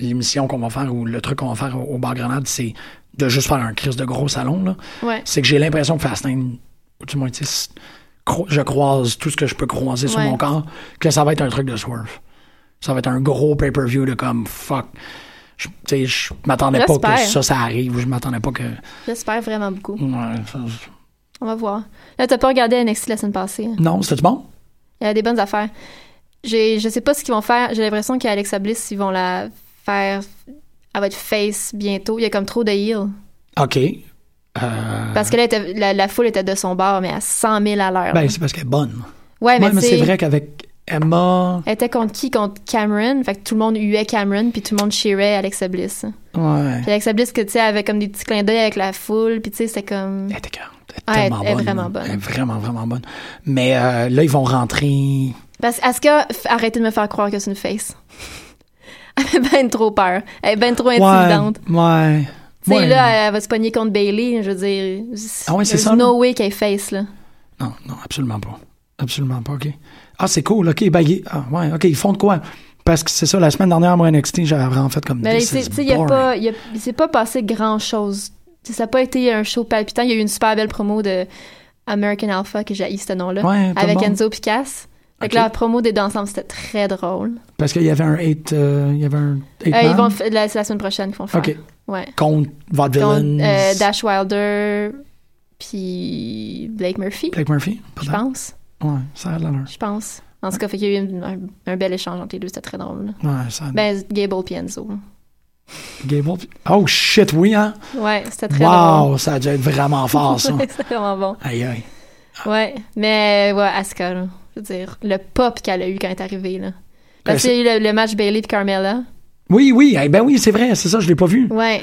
[SPEAKER 3] l'émission qu'on va faire ou le truc qu'on va faire au, au Bar Grenade, c'est de juste faire un crise de gros salon. Là.
[SPEAKER 4] Ouais.
[SPEAKER 3] C'est que j'ai l'impression que Fastlane, ou du moins, tu sais, cro- je croise tout ce que je peux croiser sur
[SPEAKER 4] Ouais.
[SPEAKER 3] mon corps, que ça va être un truc de swerve. Ça va être un gros pay-per-view de comme fuck. Je, tu sais, je m'attendais pas que
[SPEAKER 4] J'espère.
[SPEAKER 3] ça, ça arrive, ou je m'attendais pas que.
[SPEAKER 4] J'espère vraiment beaucoup.
[SPEAKER 3] Ouais, ça-
[SPEAKER 4] On va voir. Là, t'as pas regardé NXT la semaine passée. hein.
[SPEAKER 3] non, c'était bon?
[SPEAKER 4] Il y a des bonnes affaires. J'ai, je sais pas ce qu'ils vont faire. J'ai l'impression qu'Alexa Bliss, ils vont la faire. Elle va être face bientôt. Il y a comme trop de heal.
[SPEAKER 3] OK. Euh,
[SPEAKER 4] Parce que là, elle était- la, la foule était de son bord, mais à 100 000 à l'heure.
[SPEAKER 3] Ben, c'est parce qu'elle est bonne.
[SPEAKER 4] ouais,
[SPEAKER 3] Ouais, mais,
[SPEAKER 4] tu
[SPEAKER 3] c'est
[SPEAKER 4] sais,
[SPEAKER 3] vrai qu'avec Emma.
[SPEAKER 4] Elle était contre qui? Contre Cameron. Fait que tout le monde huait Cameron, puis tout le monde cheerait Alexa Bliss.
[SPEAKER 3] Ouais.
[SPEAKER 4] Puis Alexa Bliss, que tu sais, elle avait comme des petits clins d'œil avec la foule, puis tu sais, c'était comme.
[SPEAKER 3] Elle est écœurante. Elle est
[SPEAKER 4] Ouais,
[SPEAKER 3] tellement
[SPEAKER 4] elle est
[SPEAKER 3] bonne.
[SPEAKER 4] vraiment
[SPEAKER 3] là.
[SPEAKER 4] bonne.
[SPEAKER 3] Elle est vraiment, vraiment bonne. Mais euh, là, ils vont rentrer.
[SPEAKER 4] Parce Asuka, f- arrêtez de me faire croire que c'est une face. Elle fait ben trop peur. Elle est ben trop intimidante.
[SPEAKER 3] Ouais. ouais.
[SPEAKER 4] Tu sais,
[SPEAKER 3] Ouais.
[SPEAKER 4] là, elle va se pogner contre Bailey, je veux dire.
[SPEAKER 3] Ah ouais, c'est
[SPEAKER 4] there's
[SPEAKER 3] ça, là.
[SPEAKER 4] no way qu'elle face, là.
[SPEAKER 3] Non, non, absolument pas. Absolument pas, OK. Ah, c'est cool, OK. Ben, il- ah, ouais, OK, ils font de quoi? Parce que c'est ça, la semaine dernière, moi, NXT, j'avais en fait comme
[SPEAKER 4] Mais là, tu
[SPEAKER 3] This
[SPEAKER 4] sais,
[SPEAKER 3] is
[SPEAKER 4] Ben, tu sais, il y a
[SPEAKER 3] boring.
[SPEAKER 4] pas. il y a- Il s'est pas passé grand-chose. Tu sais, Ça n'a pas été un show palpitant. Il y a eu une super belle promo de American Alpha, que j'ai ce nom-là,
[SPEAKER 3] Ouais, pas
[SPEAKER 4] avec
[SPEAKER 3] bon.
[SPEAKER 4] Enzo Picasso. Fait que
[SPEAKER 3] Ok.
[SPEAKER 4] la promo des deux ensemble, c'était très drôle.
[SPEAKER 3] Parce qu'il y avait un 8... il y avait un eight
[SPEAKER 4] Euh, ils
[SPEAKER 3] man
[SPEAKER 4] vont le fa- la, c'est la semaine prochaine qu'ils vont le faire.
[SPEAKER 3] OK.
[SPEAKER 4] Ouais.
[SPEAKER 3] Contre Vaudevillains...
[SPEAKER 4] Donc, euh, Dash Wilder, puis Blake Murphy,
[SPEAKER 3] Blake Murphy,
[SPEAKER 4] je
[SPEAKER 3] peut-être?
[SPEAKER 4] pense.
[SPEAKER 3] Ouais, ça a l'air.
[SPEAKER 4] Je pense. En tout cas, fait qu'il y a eu une- un, un bel échange entre les deux, c'était très drôle. là.
[SPEAKER 3] Ouais, ça a
[SPEAKER 4] Ben, Gable puis Enzo.
[SPEAKER 3] Gable. Oh shit, oui, hein?
[SPEAKER 4] Ouais, c'était très drôle.
[SPEAKER 3] Wow, ça a dû être vraiment fort, ça.
[SPEAKER 4] c'était vraiment bon.
[SPEAKER 3] aïe, aïe.
[SPEAKER 4] Ah. Ouais, mais ouais, Asuka, là, je veux dire, le pop qu'elle a eu quand elle est arrivée, là.
[SPEAKER 3] Ben,
[SPEAKER 4] Parce
[SPEAKER 3] c'est-
[SPEAKER 4] qu'il y a eu le, le match Bailey puis Carmella.
[SPEAKER 3] Oui, oui, eh ben oui, c'est vrai, c'est ça, je l'ai pas vu.
[SPEAKER 4] Ouais.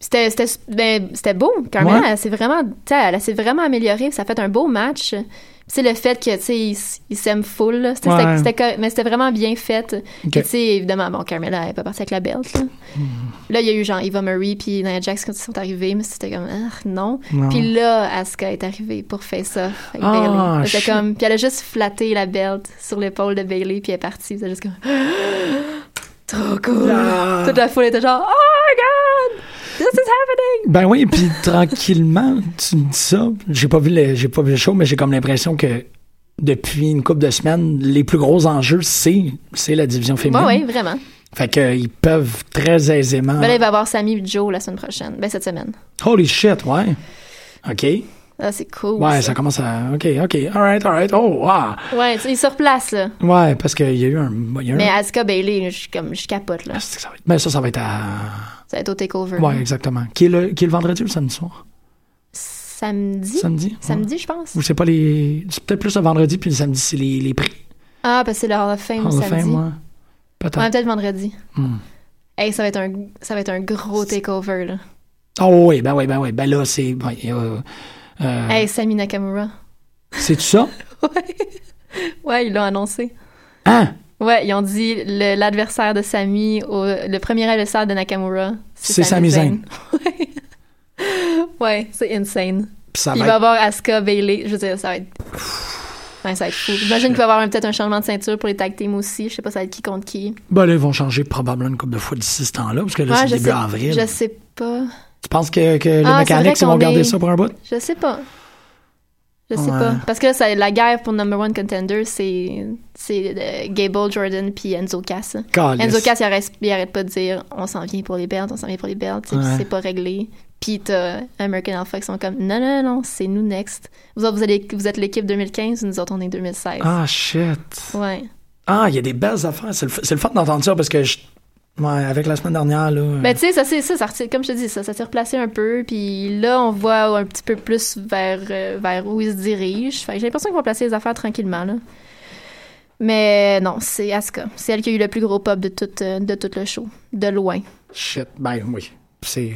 [SPEAKER 4] C'était c'était su- ben, c'était beau quand
[SPEAKER 3] Ouais.
[SPEAKER 4] même. Elle s'est vraiment, tu sais, elle s'est vraiment améliorée. Ça a fait un beau match. Puis c'est le fait que tu sais, ils s- ils s'aiment full. là. C'était-
[SPEAKER 3] Ouais.
[SPEAKER 4] c'était- c'était co- mais c'était vraiment bien fait. Puis,
[SPEAKER 3] Ok. Hmm.
[SPEAKER 4] tu sais, évidemment, bon, Carmela elle est pas partie avec la belt. Là, Là, il y a eu genre Eva Marie puis Nia Jax quand ils sont arrivés, mais c'était comme ah, non.
[SPEAKER 3] Non.
[SPEAKER 4] Puis là, Asuka est arrivée pour face off avec
[SPEAKER 3] Ah,
[SPEAKER 4] Bailey. C'était
[SPEAKER 3] shit.
[SPEAKER 4] comme puis elle a juste flatté la belt sur l'épaule de Bailey puis elle est partie. C'était juste comme trop cool.
[SPEAKER 3] Ah.
[SPEAKER 4] Toute la foule était genre oh my god, this is happening.
[SPEAKER 3] Ben oui, puis tranquillement, tu me dis ça. J'ai pas vu le, j'ai pas vu le show, mais j'ai comme l'impression que depuis une couple de semaines, les plus gros enjeux, c'est, c'est la division féminine.
[SPEAKER 4] Ouais, ouais, vraiment.
[SPEAKER 3] Fait qu'ils peuvent très aisément.
[SPEAKER 4] Ben là, il va avoir Sammy Joe la semaine prochaine. Ben cette semaine.
[SPEAKER 3] Holy shit, ouais. OK.
[SPEAKER 4] Ah, c'est cool.
[SPEAKER 3] Ouais,
[SPEAKER 4] ça.
[SPEAKER 3] ça commence à. OK, OK. Alright, alright. Oh, wow.
[SPEAKER 4] Ouais, tu- il se replace là.
[SPEAKER 3] Ouais, parce qu'il y a eu un. il y a eu
[SPEAKER 4] Mais
[SPEAKER 3] un-
[SPEAKER 4] Asuka Bailey, je suis comme je capote là.
[SPEAKER 3] Ah, c'est que ça va être- Mais ça, ça va être à.
[SPEAKER 4] Ça va être au takeover.
[SPEAKER 3] Ouais, exactement. Qui est le, qui est le vendredi ou le samedi soir?
[SPEAKER 4] Samedi.
[SPEAKER 3] Samedi?
[SPEAKER 4] Samedi, je pense.
[SPEAKER 3] Ou c'est pas les. C'est peut-être plus le vendredi, puis le samedi, c'est les, les prix.
[SPEAKER 4] Ah, parce que c'est le Hall of Fame
[SPEAKER 3] Hall of
[SPEAKER 4] samedi.
[SPEAKER 3] Fame, ouais. Peut-être.
[SPEAKER 4] Ouais, peut-être vendredi.
[SPEAKER 3] Hmm.
[SPEAKER 4] Hey, ça va être un, ça va être un gros takeover, là.
[SPEAKER 3] Oh oui, ben oui, ben oui. Ben là, c'est. ouais, euh, euh,
[SPEAKER 4] Hey, Sami Nakamura.
[SPEAKER 3] C'est-tu ça?
[SPEAKER 4] Ouais, ils l'ont annoncé.
[SPEAKER 3] Hein?
[SPEAKER 4] Ouais, ils ont dit le- l'adversaire de Sami, au- le premier adversaire de Nakamura,
[SPEAKER 3] C'est Sami
[SPEAKER 4] Ouais. ouais, c'est insane.
[SPEAKER 3] Puis ça
[SPEAKER 4] Puis
[SPEAKER 3] va
[SPEAKER 4] il va
[SPEAKER 3] être-
[SPEAKER 4] avoir Asuka, Bailey. Je veux dire, ça va être. Ouais, ça va être fou. J'imagine qu'il va y avoir un- peut-être un changement de ceinture pour les tag teams aussi. Je sais pas, ça va être qui contre qui.
[SPEAKER 3] Ben là, ils vont changer probablement une couple de fois d'ici ce temps-là, parce que là,
[SPEAKER 4] Ouais,
[SPEAKER 3] c'est
[SPEAKER 4] je
[SPEAKER 3] début
[SPEAKER 4] sais,
[SPEAKER 3] avril.
[SPEAKER 4] Je sais pas.
[SPEAKER 3] Tu penses que, que les
[SPEAKER 4] Ah, c'est
[SPEAKER 3] mécaniques
[SPEAKER 4] vrai
[SPEAKER 3] vont
[SPEAKER 4] qu'on
[SPEAKER 3] garder
[SPEAKER 4] est-
[SPEAKER 3] ça pour un bout?
[SPEAKER 4] Je sais pas. Je sais
[SPEAKER 3] Ouais.
[SPEAKER 4] pas. Parce que là, ça- la guerre pour number one contender, c'est c'est, euh, Gable, Jordan, puis Enzo Cass.
[SPEAKER 3] Calisse.
[SPEAKER 4] Enzo Cass, il arrête, il arrête pas de dire on s'en vient pour les belts, on s'en vient pour les belts, tu sais,
[SPEAKER 3] Ouais.
[SPEAKER 4] puis c'est pas réglé. Puis t'as American Alpha qui sont comme non, non, non, c'est nous next. Vous autres, vous, allez, vous êtes l'équipe 2015, nous autres, on est 2016.
[SPEAKER 3] Ah, shit.
[SPEAKER 4] Ouais.
[SPEAKER 3] Ah, il y a des belles affaires. C'est le, f- c'est le fun d'entendre ça, parce que je- Ouais, avec la semaine dernière, là.
[SPEAKER 4] Ben, tu sais, ça, c'est ça, ça retire- comme je te dis, ça, ça s'est replacé un peu, puis là, on voit un petit peu plus vers, euh, vers où ils se dirigent. Fait que j'ai l'impression qu'ils vont placer les affaires tranquillement, là. Mais non, c'est Asuka. C'est elle qui a eu le plus gros pop de tout, euh, de tout le show, de loin.
[SPEAKER 3] Shit. Ben oui. C'est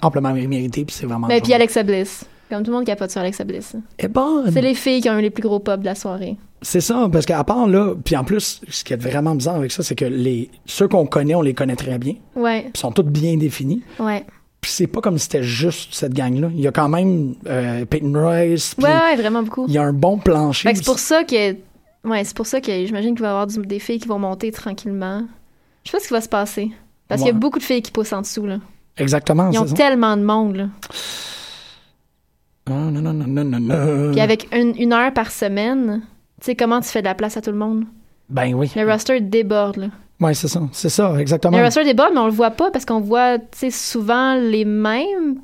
[SPEAKER 3] amplement mérité, puis c'est vraiment.
[SPEAKER 4] Mais Ben, puis
[SPEAKER 3] genre-
[SPEAKER 4] Alexa Bliss. Comme tout le monde capote sur Alexa Bliss.
[SPEAKER 3] Eh ben,
[SPEAKER 4] C'est les filles qui ont eu les plus gros pop de la soirée.
[SPEAKER 3] C'est ça, parce qu'à part là, puis en plus, ce qui est vraiment bizarre avec ça, c'est que les ceux qu'on connaît, on les connaît très bien, puis
[SPEAKER 4] Ouais,
[SPEAKER 3] ils sont tous bien définis.
[SPEAKER 4] ouais.
[SPEAKER 3] Puis c'est pas comme si c'était juste cette gang-là. Il y a quand même euh, Peyton Royce, puis
[SPEAKER 4] Ouais, ouais, vraiment beaucoup.
[SPEAKER 3] il y a un bon plancher.
[SPEAKER 4] Fait que c'est pour ça que. Ouais, c'est pour ça que j'imagine qu'il va y avoir du- des filles qui vont monter tranquillement. Je sais pas ce qui va se passer. Parce qu'il y
[SPEAKER 3] Ouais.
[SPEAKER 4] a beaucoup de filles qui poussent en dessous, là.
[SPEAKER 3] Exactement.
[SPEAKER 4] Ils ont
[SPEAKER 3] c'est ça.
[SPEAKER 4] tellement de monde, là.
[SPEAKER 3] Non, non, Ah, non, non, non, non, non.
[SPEAKER 4] Puis avec une, une heure par semaine, tu sais, comment tu fais de la place à tout le monde?
[SPEAKER 3] Ben oui.
[SPEAKER 4] Le roster déborde, là.
[SPEAKER 3] Ouais, c'est ça. C'est ça, exactement.
[SPEAKER 4] Le roster déborde, mais on le voit pas parce qu'on voit, tu sais, souvent les mêmes.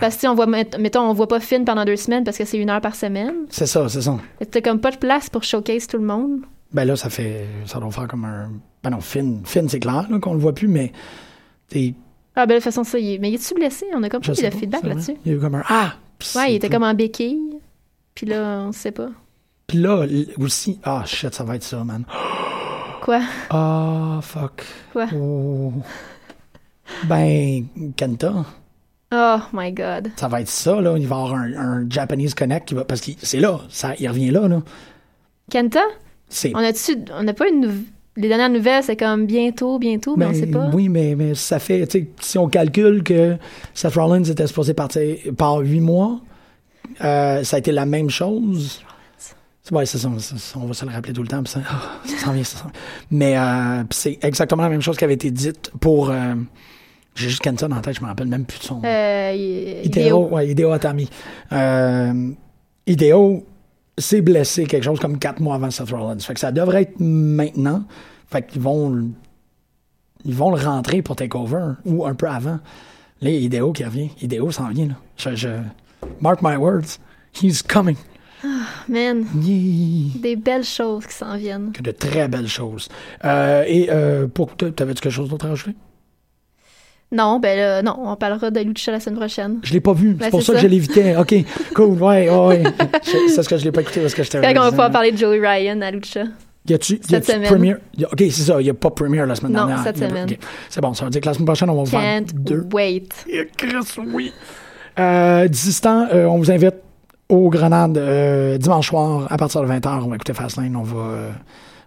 [SPEAKER 4] Parce que, tu sais, on voit, met- mettons, on voit pas Finn pendant deux semaines parce que c'est une heure par semaine.
[SPEAKER 3] C'est ça, c'est ça.
[SPEAKER 4] Fait que T'as comme pas de place pour showcase tout le monde.
[SPEAKER 3] Ben là, ça fait. Ça doit faire comme un. Ben non, Finn. Finn, c'est clair là, qu'on le voit plus, mais. t'es-
[SPEAKER 4] Ah, ben, de toute façon, ça, il est... mais il est-tu blessé? On a comme
[SPEAKER 3] je
[SPEAKER 4] pas eu
[SPEAKER 3] sais
[SPEAKER 4] de
[SPEAKER 3] pas,
[SPEAKER 4] feedback
[SPEAKER 3] c'est vrai.
[SPEAKER 4] là-dessus.
[SPEAKER 3] Il y a eu comme un. Ah! Puis
[SPEAKER 4] Ouais, il
[SPEAKER 3] c'est
[SPEAKER 4] était
[SPEAKER 3] tout.
[SPEAKER 4] comme en béquille. Puis là, on sait pas.
[SPEAKER 3] Puis là, l- aussi. Ah, shit, ça va être ça, man.
[SPEAKER 4] Quoi?
[SPEAKER 3] Ah, fuck.
[SPEAKER 4] Quoi?
[SPEAKER 3] Oh. Ben, Kenta,
[SPEAKER 4] Oh my god.
[SPEAKER 3] ça va être ça, là. Il va y avoir un, un Japanese Connect qui va. Parce que c'est là, ça, il revient là, là.
[SPEAKER 4] Kenta?
[SPEAKER 3] C'est.
[SPEAKER 4] On a-tu. On n'a pas une. nou- Les dernières nouvelles, c'est comme bientôt, bientôt, mais on sait
[SPEAKER 3] Ben,
[SPEAKER 4] pas.
[SPEAKER 3] Oui, mais, mais ça fait. tu sais, Si on calcule que Seth Rollins était supposé partir par huit mois, euh, ça a été la même chose. Ouais, c'est ça, on- c'est- on va se le rappeler tout le temps. puis Ça, ah, ça s'en vient, ça s'en vient. Mais euh, puis c'est exactement la même chose qui avait été dite pour. euh, J'ai juste Kenta dans la tête, je me rappelle même plus de son.
[SPEAKER 4] Euh, il-
[SPEAKER 3] Ideo,
[SPEAKER 4] Hideo.
[SPEAKER 3] ouais, Hideo Atami. Euh, Hideo s'est blessé quelque chose comme quatre mois avant Seth Rollins. Fait que ça devrait être maintenant. Fait qu'ils vont le- ils vont le rentrer pour Takeover ou un peu avant. Là, Ideo qui revient. Ideo s'en vient, là. Je, je- Mark my words. He's coming.
[SPEAKER 4] Man,
[SPEAKER 3] Yeah.
[SPEAKER 4] des belles choses qui s'en viennent.
[SPEAKER 3] Que de très belles choses. Euh, et euh, pour t'avais-tu quelque chose d'autre à ajouter?
[SPEAKER 4] Non, ben là, non, on parlera de Lucha la semaine prochaine.
[SPEAKER 3] Je l'ai pas vu.
[SPEAKER 4] Ben,
[SPEAKER 3] C'est pour
[SPEAKER 4] c'est
[SPEAKER 3] ça, que
[SPEAKER 4] ça.
[SPEAKER 3] je l'évitais. OK. Cool. Ouais, ouais, ouais. Je- C'est ce que je l'ai pas écouté parce que j'étais.
[SPEAKER 4] Fait qu'on va
[SPEAKER 3] réalisé.
[SPEAKER 4] pouvoir parler de Joey Ryan à Lucha.
[SPEAKER 3] Y a-tu
[SPEAKER 4] Cette
[SPEAKER 3] y a-tu
[SPEAKER 4] semaine.
[SPEAKER 3] Premiere? Y a- OK, c'est ça. Il n'y a pas Premiere la semaine
[SPEAKER 4] Non,
[SPEAKER 3] dernière.
[SPEAKER 4] cette
[SPEAKER 3] Y a-
[SPEAKER 4] semaine.
[SPEAKER 3] ok. C'est bon, ça veut dire que la semaine prochaine, on va vous faire
[SPEAKER 4] Can't
[SPEAKER 3] deux.
[SPEAKER 4] wait.
[SPEAKER 3] Et Chris, oui. Euh, D'ici ce temps, euh, on vous invite aux Grenades euh, dimanche soir à partir de 20h. On va écouter Fastlane, on va, euh,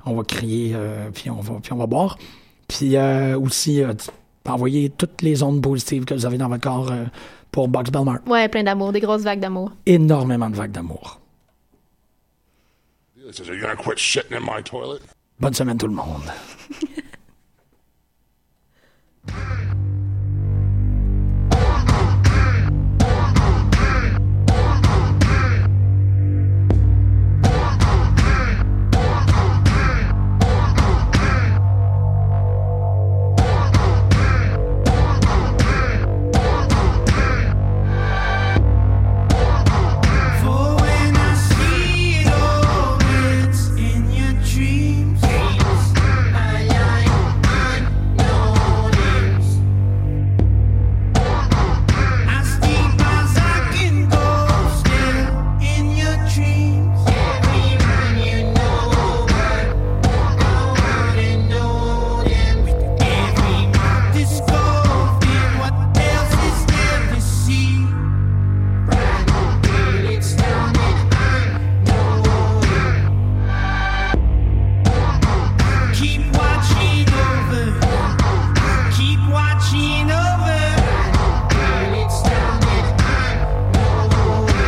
[SPEAKER 3] on va crier, euh, puis, on va, puis on va boire. Puis euh, aussi, euh, t- envoyer toutes les ondes positives que vous avez dans votre corps euh, pour Box Belmar.
[SPEAKER 4] Ouais, plein d'amour, des grosses vagues d'amour.
[SPEAKER 3] Énormément de vagues d'amour.
[SPEAKER 5] This is, are you gonna quit shitting in my toilet?
[SPEAKER 3] Bonne semaine tout le monde.